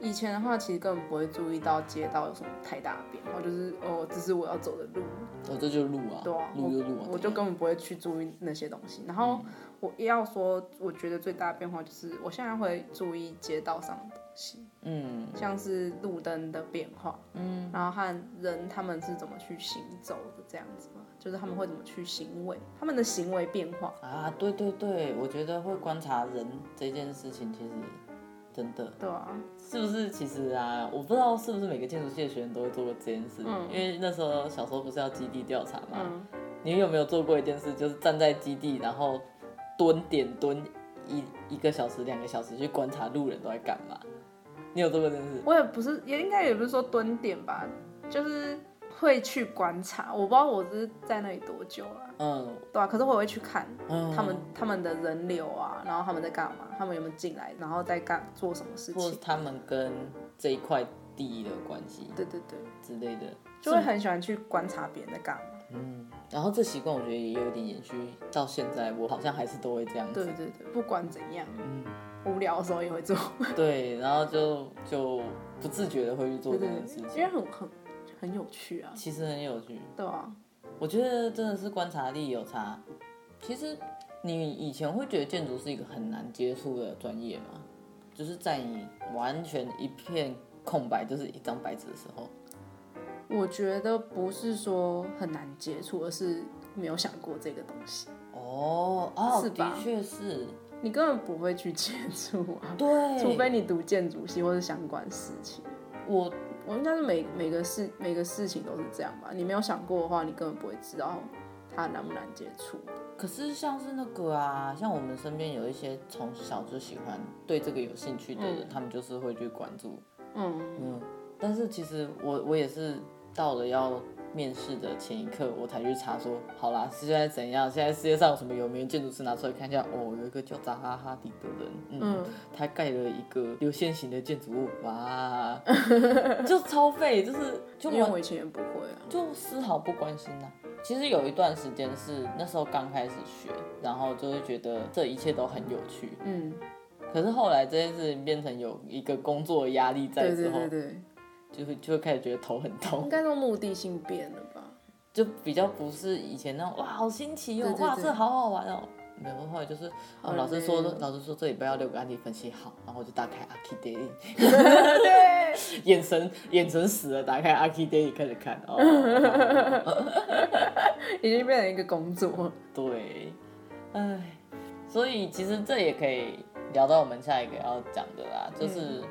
S2: 以前的话，其实根本不会注意到街道有什么太大的变化，就是哦，这是我要走的路，
S1: 哦，这就路啊，
S2: 对啊，
S1: 路就路啊，
S2: 我嗯就根本不会去注意那些东西。然后我要说，我觉得最大的变化就是我现在会注意街道上的东西，
S1: 嗯
S2: 像是路灯的变化，
S1: 嗯
S2: 然后和人他们是怎么去行走的这样子嘛，就是他们会怎么去行为，他们的行为变化。
S1: 啊，对对对，我觉得会观察人这件事情，其实真的
S2: 对啊，
S1: 是不是？其实啊，我不知道是不是每个建筑系的学生都会做过这件事，
S2: 嗯
S1: 因为那时候小时候不是要基地调查嘛，
S2: 嗯，
S1: 你有没有做过一件事，就是站在基地，然后蹲点蹲一一个小时、两个小时去观察路人都在干嘛？你有做过这件事？
S2: 我也不是，也应该也不是说蹲点吧，就是会去观察。我不知道我是在那里多久了、
S1: 嗯
S2: 对啊，可是我会去看，
S1: 嗯，
S2: 他们他们的人流啊，然后他们在干嘛，他们有没有进来，然后在干做什么事
S1: 或是
S2: 情，
S1: 他们跟这一块地的关系
S2: 对对对，
S1: 之类的，
S2: 就会很喜欢去观察别人在干嘛，
S1: 嗯。然后这习惯我觉得也有点延续到现在，我好像还是都会这样
S2: 对
S1: 子。
S2: 对对，不管怎样，
S1: 嗯，
S2: 无聊的时候也会做，
S1: 对，然后就就不自觉的会去做
S2: 对
S1: 这
S2: 对
S1: 件
S2: 对
S1: 事，
S2: 因为
S1: 情，
S2: 很很很有趣啊，
S1: 其实很有趣。
S2: 对啊，
S1: 我觉得真的是观察力有差。其实你以前会觉得建筑是一个很难接触的专业嘛，就是在你完全一片空白，就是一张白纸的时候，
S2: 我觉得不是说很难接触，而是没有想过这个东西，
S1: 哦哦，
S2: 是吧
S1: 的确是，
S2: 你根本不会去接触啊，
S1: 对，
S2: 除非你读建筑系或是相关事情。
S1: 我
S2: 我应该是每每个事每个事情都是这样吧。你没有想过的话，你根本不会知道它难不难接触。
S1: 可是像是那个啊，像我们身边有一些从小就喜欢对这个有兴趣的人，他们就是会去关注，
S2: 嗯，
S1: 嗯，但是其实我我也是到了要面试的前一刻，我才去查说，好啦，现在怎样？现在世界上有什么有名的建筑师拿出来看一下？哦，有一个叫扎哈哈迪的人，嗯，
S2: 嗯
S1: 他盖了一个流线型的建筑物，哇，就超费，就是就
S2: 因为
S1: 完
S2: 我以前也不会啊。
S1: 就丝毫不关心呐、其实有一段时间是那时候刚开始学，然后就会觉得这一切都很有趣。
S2: 嗯，
S1: 可是后来这件事情变成有一个工作的压力在
S2: 对
S1: 之
S2: 对
S1: 后，哦
S2: 对对，
S1: 就会就会开始觉得头很痛
S2: 应。该说目的性变了 吧？
S1: 就比较不是以前那种哇好新奇哦，
S2: 对对
S1: 哇
S2: 对
S1: 这好好玩哦。没有，后来就是，哦、
S2: 好
S1: 老师说
S2: 累哦
S1: 老师说这礼拜要六个案例分析好，然后我就打开 Arki Daily，
S2: 对，
S1: 眼神眼神死了，打开 Arki Daily 开始看哦。哦
S2: 已经变成一个工作。
S1: 对，唉，所以其实这也可以聊到我们下一个要讲的啦，就是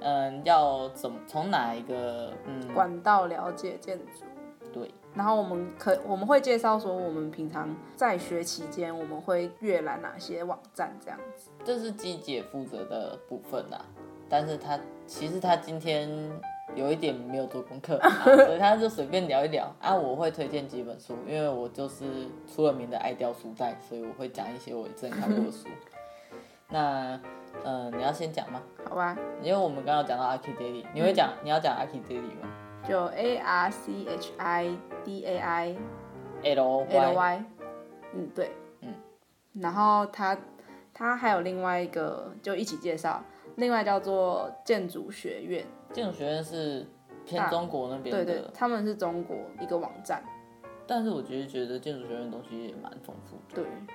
S1: 嗯要怎么从哪一个嗯
S2: 管道了解建筑。
S1: 对
S2: 然后我们可我们会介绍说，我们平常在学期间我们会阅览哪些网站这样子。
S1: 这是机姐负责的部分啦，但是她其实她今天有一点没有做功课、 啊所以她就随便聊一聊啊。我会推荐几本书，因为我就是出了名的爱掉书袋，所以我会讲一些我之前看过的 书。那呃，你要先讲吗？
S2: 好吧，
S1: 因为我们刚刚有讲到 Aki Daily，你会讲、
S2: 嗯
S1: 你要讲 Aki Daily 吗
S2: 就 A R C H I D A I
S1: ？L O
S2: L
S1: Y，
S2: Y，嗯，对，
S1: 嗯
S2: 嗯。然后他他还有另外一个，就一起介绍，另外叫做建筑学院，
S1: 建筑学院是偏
S2: 大
S1: 中国那边
S2: 对
S1: 的，
S2: 啊对，他们是中国一个网站，
S1: 但是我觉得觉得建筑学院的东西也蛮丰富的。
S2: 对。
S1: 嗯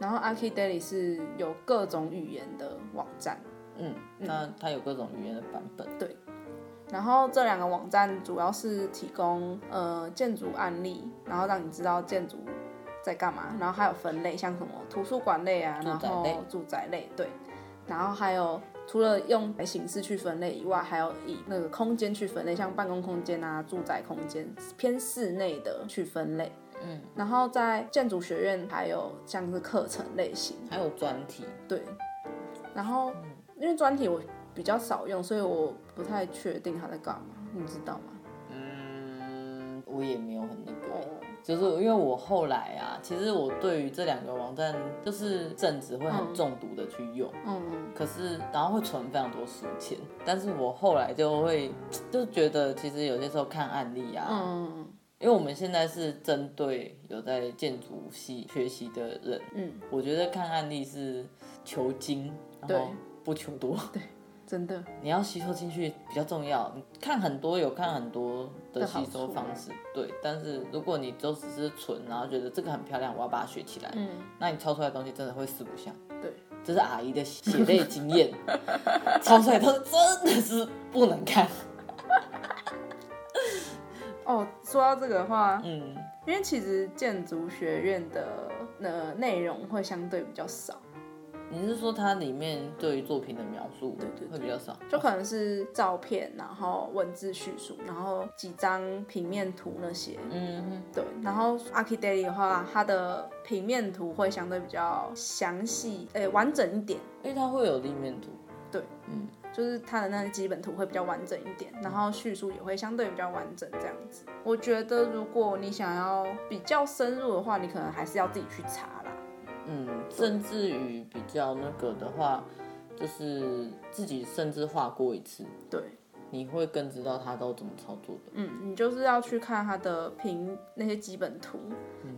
S2: 然后 Aki Daily 是有各种语言的网站，
S1: 嗯，那它有各种语言的版本。
S2: 然后这两个网站主要是提供呃建筑案例，然后让你知道建筑在干嘛，然后还有分类，像什么图书馆类啊，
S1: 住
S2: 然
S1: 宅类
S2: 后住宅类，对，然后还有除了用形式去分类以外，还有以那个空间去分类，像办公空间啊、住宅空间偏室内的去分类。
S1: 嗯，
S2: 然后在建筑学院还有像是课程类型，
S1: 还有专题，
S2: 对，嗯然后因为专题我比较少用，所以我不太确定他在干嘛。你知道吗？
S1: 嗯，我也没有很那个欸、
S2: 哦
S1: 就是因为我后来啊，其实我对于这两个网站就是正职会很中毒的去用，
S2: 嗯，
S1: 可是然后会存非常多书签，但是我后来就会就觉得其实有些时候看案例啊，
S2: 嗯
S1: 因为我们现在是针对有在建筑系学习的人，
S2: 嗯，
S1: 我觉得看案例是求精，然
S2: 对
S1: 后不求多，
S2: 真的，
S1: 你要吸收进去比较重要。你看很多有看很多的
S2: 的好
S1: 吸收
S2: 处
S1: 方式，对。但是如果你都只是纯，然后觉得这个很漂亮，我要把它学起来，
S2: 嗯，
S1: 那你抄出来的东西真的会四不像。
S2: 对，
S1: 这是阿姨的血泪经 验，抄出来都真的是不能看。
S2: 哦，说到这个的话，
S1: 嗯，
S2: 因为其实建筑学院的呃内容会相对比较少，
S1: 你是说它里面对于作品的描述
S2: 对对对
S1: 会比较少？
S2: 就可能是照片，然后文字叙述，然后几张平面图那些，
S1: 嗯哼。
S2: 对，然后 Archidaily 的话，它的平面图会相对比较详细，诶、完整一点，
S1: 因为它会有立面图。
S2: 就是它的那个基本图会比较完整一点，然后叙述也会相对比较完整这样子。我觉得如果你想要比较深入的话，你可能还是要自己去查啦。
S1: 嗯，甚至于比较那个的话，就是自己甚至画过一次，
S2: 对，
S1: 你会更知道它都怎么操作的。
S2: 嗯，你就是要去看它的平那些基本图，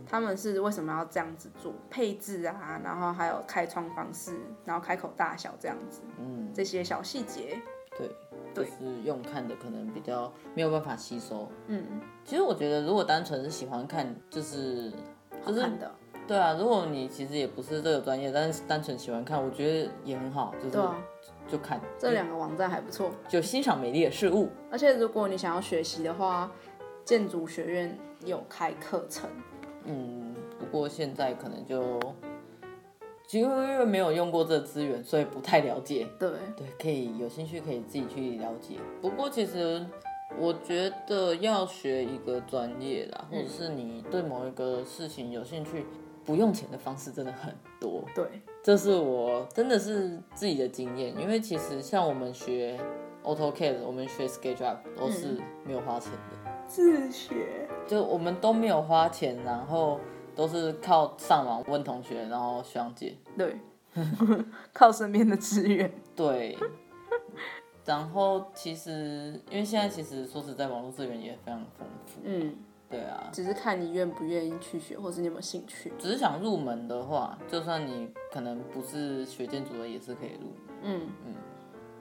S2: 他们是为什么要这样子做，配置啊，然后还有开窗方式，然后开口大小这样子，
S1: 嗯，
S2: 这些小细节。
S1: 对，嗯就
S2: 对
S1: 是用看的可能比较没有办法吸收。
S2: 嗯，
S1: 其实我觉得，如果单纯是喜欢看，就是
S2: 好
S1: 就是
S2: 看的。
S1: 对啊，如果你其实也不是这个专业，但是单纯喜欢看，我觉得也很好，就是、
S2: 对啊，
S1: 就看
S2: 这两个网站还不错。
S1: 就欣赏美丽的事物。
S2: 而且如果你想要学习的话，建筑学院有开课程。
S1: 嗯，不过现在可能就，其实因为没有用过这资源，所以不太了解。
S2: 对，
S1: 对，可以有兴趣可以自己去了解。不过其实我觉得要学一个专业啦，或者是你对某一个事情有兴趣，不用钱的方式真的很多。
S2: 对，
S1: 这是我真的是自己的经验，因为其实像我们学 AutoCAD，我们学 SketchUp 都是没有花钱的。
S2: 自学。
S1: 就我们都没有花钱，然后都是靠上网问同学，然后学长姐，
S2: 对， 靠身边的资源。
S1: 对。然后其实，因为现在其实说实在，网络资源也非常丰富，
S2: 嗯，
S1: 对啊。
S2: 只是看你愿不愿意去学，或是你有没有兴趣。
S1: 只是想入门的话，就算你可能不是学建筑的，也是可以入门。
S2: 嗯，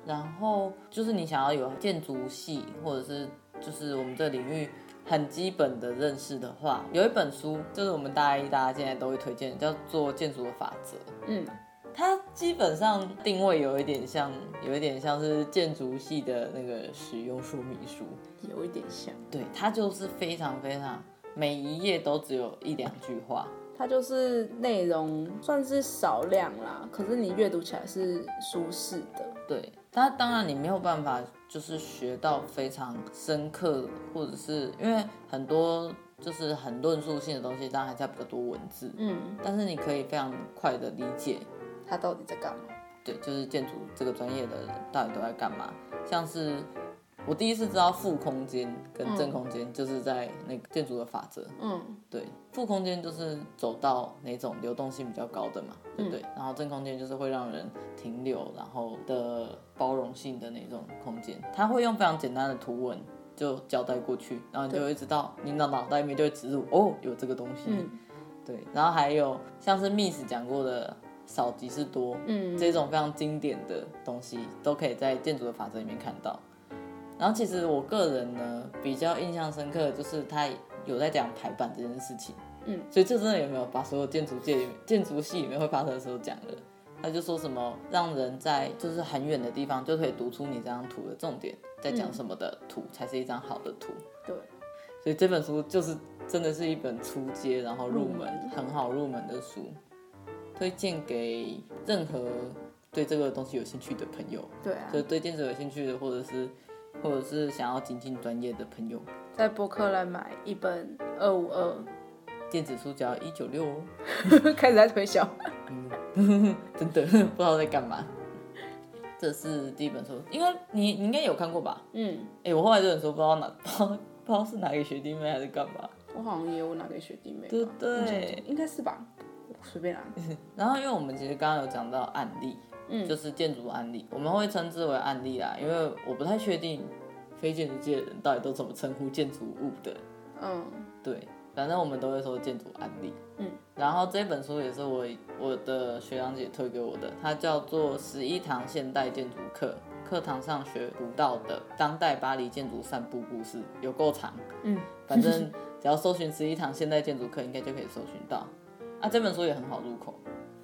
S1: 然后就是你想要有建筑系，或者是就是我们这领域很基本的认识的话，有一本书就是我们大一大家现在都会推荐，叫做《建筑的法则》。
S2: 嗯，
S1: 它基本上定位有一点像，有一点像是建筑系的那个使用说明书。
S2: 有一点像。
S1: 对，它就是非常非常，每一页都只有一两句话。
S2: 它就是内容算是少量啦，可是你阅读起来是舒适的。
S1: 对，它当然你没有办法就是学到非常深刻，或者是因为很多就是很论述性的东西，当然还是要比较多文字，
S2: 嗯，
S1: 但是你可以非常快的理解
S2: 它到底在干嘛？
S1: 对，就是建筑这个专业的人到底都在干嘛？像是我第一次知道负空间跟正空间，就是在那个建筑的法则。
S2: 嗯
S1: 对，负空间就是走到哪种流动性比较高的嘛，对不对？然后正空间就是会让人停留，然后的包容性的那种空间，它会用非常简单的图文就交代过去，然后你就会知道，你的脑袋里面就会植入哦，有这个东西。
S2: 嗯
S1: 对，然后还有像是 Miss 讲过的少即是多，
S2: 嗯，
S1: 这种非常经典的东西，都可以在建筑的法则里面看到。然后其实我个人呢比较印象深刻的就是他有在讲排版这件事情，
S2: 嗯，
S1: 所以这真的有没有把所有建筑界里面、建筑系里面会发生的时候讲了？他就说什么让人在就是很远的地方就可以读出你这张图的重点，在讲什么的图才是一张好的图。
S2: 嗯对，
S1: 所以这本书就是真的是一本出街，然后入门、
S2: 嗯
S1: 很好入门的书，推荐给任何对这个东西有兴趣的朋友，
S2: 对啊
S1: 就，是对建筑有兴趣的，或者是或者是想要精进专业的朋友，
S2: 在博客来买一本二五二，
S1: 电子书只要一九六哦，
S2: 嗯 开始在推销。
S1: 真的不知道在干嘛。这是第一本书，应该你你应该有看过吧？
S2: 嗯，
S1: 哎、我后来这本书不知道哪不知道不知道是哪给学弟妹还是干嘛，
S2: 我好像也有拿给学弟妹吧，
S1: 对对
S2: 应该是吧，我随便拿。
S1: 然后，因为我们其实刚刚有讲到案例，
S2: 嗯
S1: 就是建筑案例，我们会称之为案例啦，因为我不太确定非建筑界的人到底都怎么称呼建筑物的，
S2: 嗯
S1: 对，反正我们都会说建筑案例。
S2: 嗯，
S1: 然后这本书也是我我的学长姐推给我的，它叫做《十一堂现代建筑课》，课堂上学不到的当代巴黎建筑散步故事，有够长。
S2: 嗯，
S1: 反正只要搜寻十一堂现代建筑课，应该就可以搜寻到。啊，这本书也很好入口，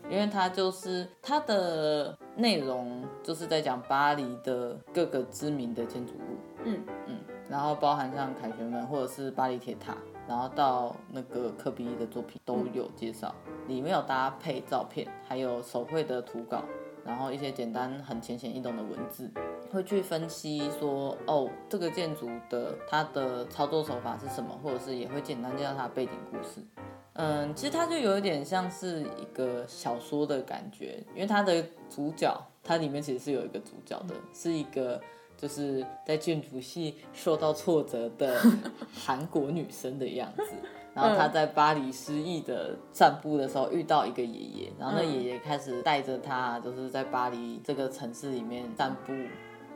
S1: 因为它就是它的内容就是在讲巴黎的各个知名的建筑物，
S2: 嗯
S1: 嗯，然后包含像凯旋门或者是巴黎铁塔，然后到那个科比的作品都有介绍，里面有搭配照片，还有手绘的图稿，然后一些简单很浅显易懂的文字，会去分析说，哦，这个建筑的它的操作手法是什么，或者是也会简单介绍它的背景故事。嗯，其实它就有一点像是一个小说的感觉，因为它的主角，它里面其实是有一个主角的，是一个就是在建筑系受到挫折的韩国女生的样子。然后她在巴黎失意的散步的时候遇到一个爷爷，然后那爷爷开始带着她，就是在巴黎这个城市里面散步。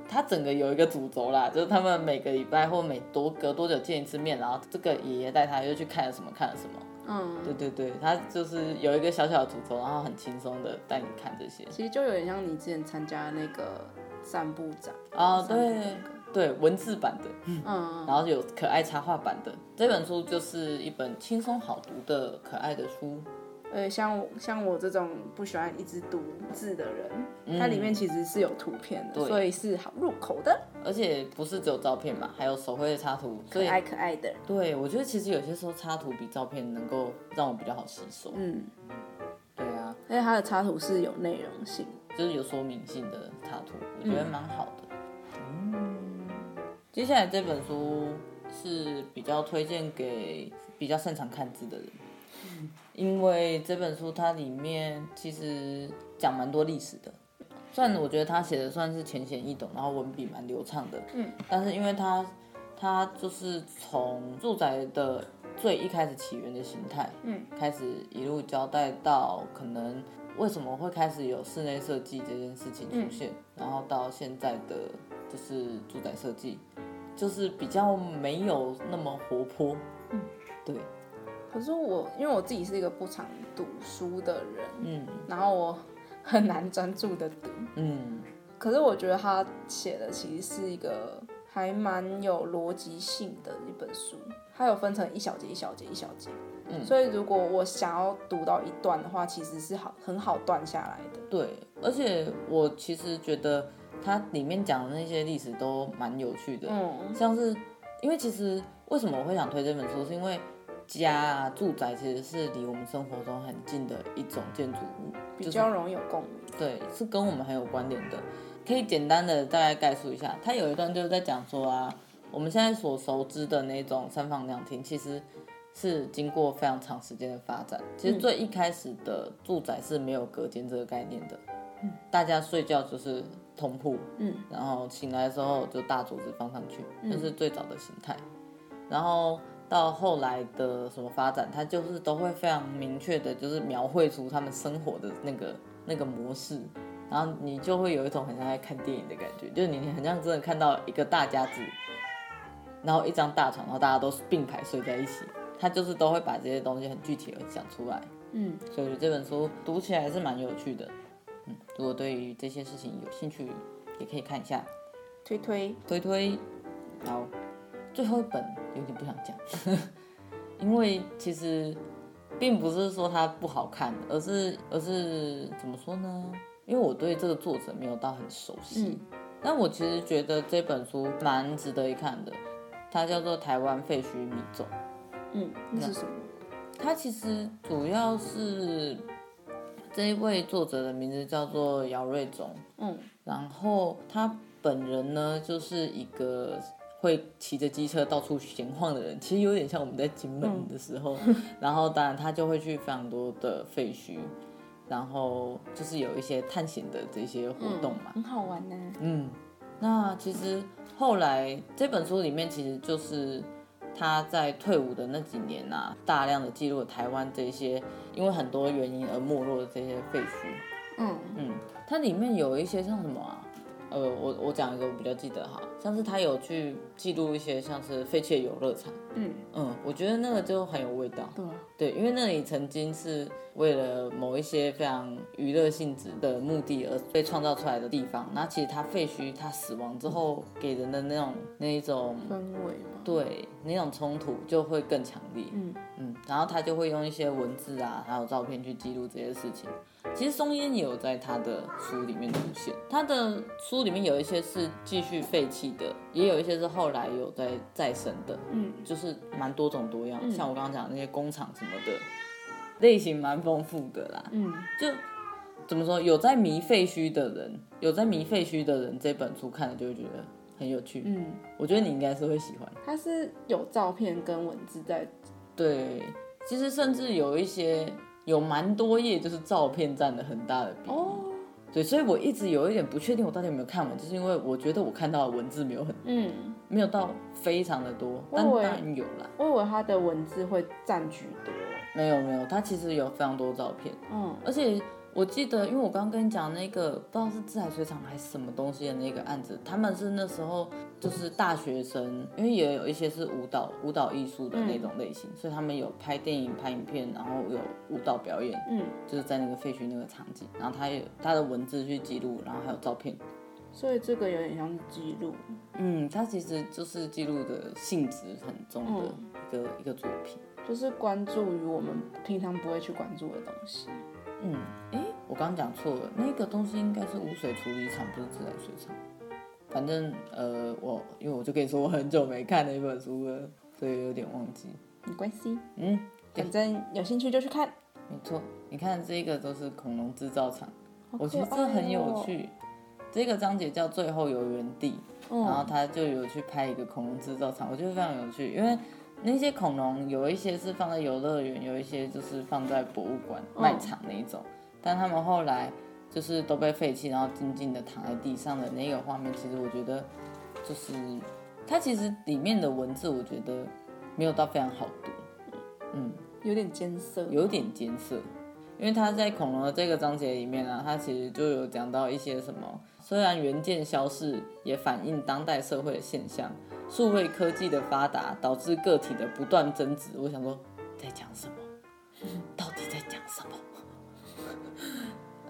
S1: 他整个有一个主轴啦，就是他们每个礼拜或每多隔多久见一次面，然后这个爷爷带他又去看了什么看了什么，
S2: 嗯，
S1: 对对对，他就是有一个小小的主轴，然后很轻松的带你看这些。
S2: 其实就有点像你之前参加那个散步展
S1: 哦，
S2: 散步
S1: 对
S2: 那个
S1: 对，文字版的，
S2: 嗯，
S1: 然后有可爱插画版的。这本书就是一本轻松好读的可爱的书。
S2: 而且呃像我像我这种不喜欢一直读字的人，它里面其实是有图片的，
S1: 对
S2: 所以是好入口的，
S1: 而且不是只有照片嘛，还有手绘的插图，所
S2: 可
S1: 以
S2: 爱可爱的。
S1: 对我觉得其实有些时候插图比照片能够让我比较好吸收。
S2: 嗯，
S1: 对啊，
S2: 而且它的插图是有内容性。
S1: 就是有说明性的插图，我觉得蛮好的。嗯，接下来这本书是比较推荐给比较擅长看字的人，
S2: 嗯
S1: 因为这本书它里面其实讲蛮多历史的。虽然我觉得他写的算是浅显易懂，然后文笔蛮流畅的，
S2: 嗯，
S1: 但是因为他他就是从住宅的最一开始起源的形态，
S2: 嗯，
S1: 开始一路交代到可能为什么会开始有室内设计这件事情出现，然后到现在的就是住宅设计，就是比较没有那么活泼，嗯，对，
S2: 可是我因为我自己是一个不常读书的人，
S1: 嗯
S2: 然后我很难专注的读。
S1: 嗯，
S2: 可是我觉得他写的其实是一个还蛮有逻辑性的一本书，它有分成一小节一小节一小节，
S1: 嗯
S2: 所以如果我想要读到一段的话，其实是好很好断下来的。
S1: 对，而且我其实觉得它里面讲的那些历史都蛮有趣的，
S2: 嗯
S1: 像是因为其实为什么我会想推这本书，是因为家啊住宅其实是离我们生活中很近的一种建筑物，
S2: 比较容易有共鸣。
S1: 对，是跟我们很有关联的。可以简单的大概概述一下，它有一段就是在讲说啊，我们现在所熟知的那种三房两厅，其实是经过非常长时间的发展。其实最一开始的住宅是没有隔间这个概念的，大家睡觉就是通铺，
S2: 嗯，
S1: 然后醒来的时候就大桌子放上去，这、是最早的形态。然后到后来的什么发展，它就是都会非常明确的，就是描绘出他们生活的那个那个模式，然后你就会有一种很像在看电影的感觉，就是你你很像真的看到一个大家子，然后一张大床，然后大家都是并排睡在一起，它就是都会把这些东西很具体的讲出来，
S2: 嗯，
S1: 所以我觉得这本书读起来是蛮有趣的，嗯，如果对于这些事情有兴趣，也可以看一下。
S2: 推推，
S1: 推推，好，最后一本有点不想讲， 因为其实并不是说它不好看，而是而是怎么说呢？因为我对这个作者没有到很熟悉，但我其实觉得这本书蛮值得一看的，它叫做《台湾废墟迷踪》。
S2: 嗯，那是什么？
S1: 它其实主要是这一位作者的名字叫做姚瑞忠，
S2: 嗯
S1: 然后他本人呢，就是一个会骑着机车到处闲晃的人，其实有点像我们在金门的时候。然后当然他就会去非常多的废墟，然后就是有一些探险的这些活
S2: 嗯
S1: 动嘛。
S2: 很好玩呢、
S1: 嗯，那其实后来这本书里面其实就是他在退伍的那几年啊，大量的记录了台湾这些因为很多原因而没落的这些废墟。
S2: 嗯
S1: 嗯，它里面有一些像什么啊？呃，我我讲一个我比较记得哈，像是他有去记录一些像是废弃的游乐场，
S2: 嗯，
S1: 嗯，我觉得那个就很有味道。
S2: 对啊，
S1: 对，因为那里曾经是为了某一些非常娱乐性质的目的而被创造出来的地方。那其实它废墟，它死亡之后给人的那种那一种
S2: 氛围嘛。
S1: 对那种冲突就会更强烈。
S2: 嗯
S1: 嗯，然后他就会用一些文字啊，还有照片去记录这些事情。其实松烟也有在他的书里面出现，他的书里面有一些是继续废弃的，也有一些是后来有在再生的。
S2: 嗯，
S1: 就是蛮多种多样，像我刚刚讲的那些工厂什么的，类型蛮丰富的啦。
S2: 嗯，
S1: 就怎么说，有在迷废墟的人，有在迷废墟的人，这本书看了就会觉得很有趣。
S2: 嗯，
S1: 我觉得你应该是会喜欢。
S2: 它是有照片跟文字在，
S1: 对，其实甚至有一些有蛮多页，就是照片占了很大的比例。
S2: 哦
S1: 对，所以我一直有一点不确定我到底有没有看完，就是因为我觉得我看到的文字没有很
S2: 嗯，
S1: 没有到非常的多，
S2: 我以
S1: 但当
S2: 为
S1: 然有啦。
S2: 我以为它的文字会占居多。
S1: 没有没有，它其实有非常多照片。
S2: 嗯
S1: 而且我记得，因为我刚刚跟你讲那个不知道是自来水厂还是什么东西的那个案子，他们是那时候就是大学生，因为也有一些是舞蹈舞蹈艺术的那种类型，所以他们有拍电影、拍影片，然后有舞蹈表演，
S2: 嗯，
S1: 就是在那个废墟那个场景，然后他有他的文字去记录，然后还有照片。
S2: 所以这个有点像是记录。
S1: 嗯，它其实就是记录的性质很重的一个、一个作品。
S2: 就是关注于我们平常不会去关注的东西。
S1: 嗯，诶，我刚刚讲错了，那个东西应该是污水处理厂，不是自来水厂。反正呃，我因为我就跟你说，我很久没看那本书了，所以有点忘记。
S2: 没关系，
S1: 嗯，对
S2: 反正有兴趣就去看。
S1: 没错，你看这个都是恐龙制造厂，
S2: 好可哦
S1: 我觉得这很有趣。这个章节叫《最后游园地》，
S2: 爱哦。
S1: 然后他就有去拍一个恐龙制造厂，我觉得非常有趣，因为那些恐龙有一些是放在游乐园，有一些就是放在博物馆、
S2: 嗯
S1: 卖场那一种，但他们后来就是都被废弃，然后静静的躺在地上的那个画面，其实我觉得就是它其实里面的文字，我觉得没有到非常好读，嗯，
S2: 嗯，有点艰涩。
S1: 有点艰涩，因为他在恐龙的这个章节里面啊，他其实就有讲到一些什么，虽然原件消逝，也反映当代社会的现象，数位科技的发达导致个体的不断增值。我想说，在讲什么？到底在讲什么？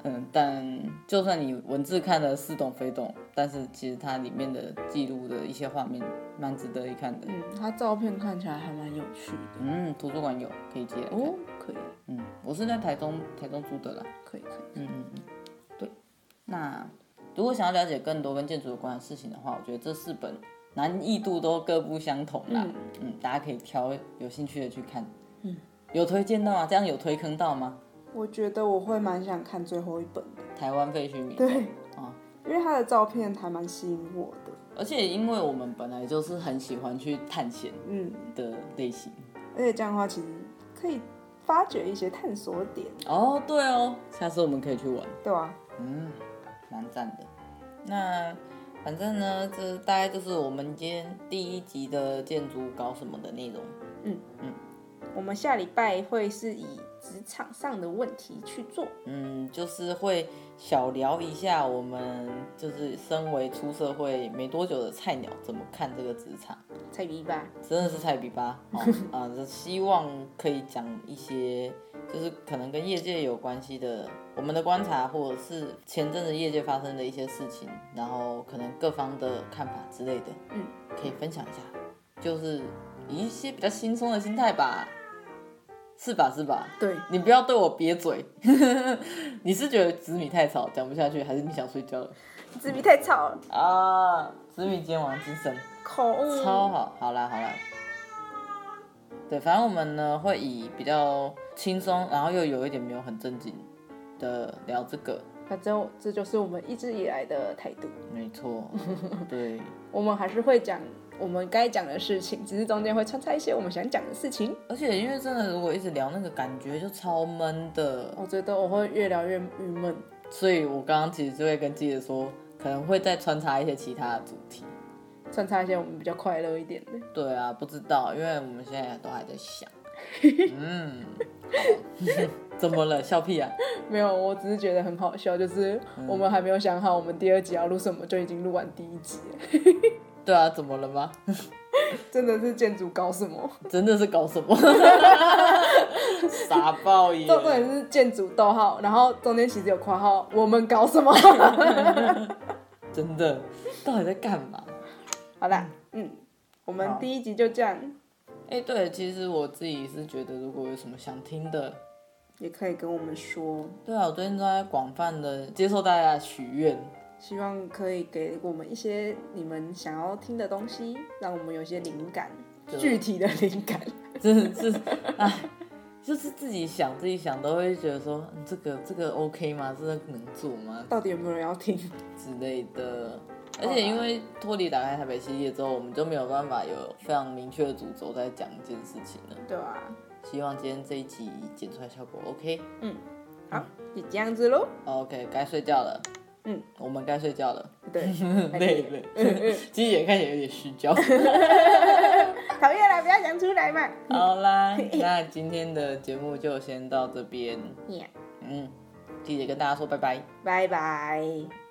S1: 嗯，但就算你文字看的似懂非懂，但是其实它里面的记录的一些画面蛮值得一看的。
S2: 嗯，它照片看起来还蛮有趣的。
S1: 嗯，图书馆有可以借来看。
S2: 哦，可以，
S1: 嗯，我是在台中台中租的啦。
S2: 可以，可以。
S1: 嗯，嗯嗯，对。那如果想要了解更多跟建筑有关的事情的话，我觉得这四本难易度都各不相同啦。嗯大家可以挑有兴趣的去看。
S2: 嗯，
S1: 有推荐到吗？这样有推坑到吗？
S2: 我觉得我会蛮想看最后一本的，
S1: 台湾废墟迷。
S2: 对，
S1: 哦
S2: 因为它的照片还蛮吸引我的。
S1: 而且因为我们本来就是很喜欢去探险
S2: 嗯，
S1: 的类型。
S2: 而且这样的话，其实可以发掘一些探索点，
S1: 哦，对哦，下次我们可以去玩。
S2: 对吧？
S1: 嗯，蛮赞的。那反正呢，这大概就是我们今天第一集的建筑搞什么的内容。
S2: 我们下礼拜会是以职场上的问题去做。
S1: 嗯，就是会小聊一下我们就是身为出社会没多久的菜鸟怎么看这个职场，
S2: 菜逼吧，
S1: 真的是菜比吧？哦，啊、这希望可以讲一些就是可能跟业界有关系的我们的观察，或者是前阵子业界发生的一些事情，然后可能各方的看法之类的，
S2: 嗯，
S1: 可以分享一下，就是以一些比较轻松的心态吧，是吧？是吧？
S2: 对，
S1: 你不要对我瘪嘴。 你是觉得紫米太吵讲不下去，还是你想睡觉了？
S2: 纸笔太吵了，
S1: 啊，紫米今天晚上精神
S2: 口误。
S1: 超好，好啦好啦。对，反正我们呢会以比较轻松，然后又有一点没有很正经的聊这个，
S2: 反正 这就是我们一直以来的态度，
S1: 没错，对，
S2: 我们还是会讲我们该讲的事情，只是中间会穿插一些我们想讲的事情。
S1: 而且因为真的，如果一直聊那个，感觉就超闷的。
S2: 我觉得我会越聊越郁闷。
S1: 所以我刚刚其实就会跟记者说，可能会再穿插一些其他的主题。
S2: 穿插一些我们比较快乐一点的。
S1: 对啊，不知道，因为我们现在都还在想。嗯， 怎么了？笑屁啊！
S2: 没有，我只是觉得很好笑，就是我们还没有想好我们第二集要录什么，就已经录完第一集 了，
S1: 对啊，怎么了吗？
S2: 真的是建筑搞什么？
S1: 真的是搞什么？ 傻爆眼！
S2: 重点是建筑逗号，然后中间其实有括号，我们搞 什么？
S1: 真的，到底在干嘛？
S2: 好啦，嗯，我们
S1: 好
S2: 第一集就这样，
S1: 哎、对，其实我自己是觉得，如果有什么想听的，
S2: 也可以跟我们说，
S1: 对啊，我最近都在广泛的接受大家的许愿。
S2: 希望可以给我们一些你们想要听的东西，让我们有一些灵感，
S1: 对
S2: 具体的灵感。
S1: 真的是，哎，就是自己想自己想，都会觉得说，嗯这个这个 OK 吗？这个能做吗？
S2: 到底有没有人要听？
S1: 之类的。而
S2: 好啦
S1: 且因为脱离打开台北系列之后，我们就没有办法有非常明确的主轴在讲一件事情了。
S2: 对啊，
S1: 希望今天这一集剪出来效果 OK。
S2: 好，就这样子喽。
S1: OK，该睡觉了。
S2: 嗯，
S1: 我们该睡觉 了，
S2: 对，
S1: 累了。鸡姐看起来有点虚 焦。
S2: 讨厌了，不要讲出来嘛。
S1: 好啦，那今天的节目就先到这边。
S2: Yeah，
S1: 嗯，鸡姐跟大家说拜拜。
S2: 拜拜。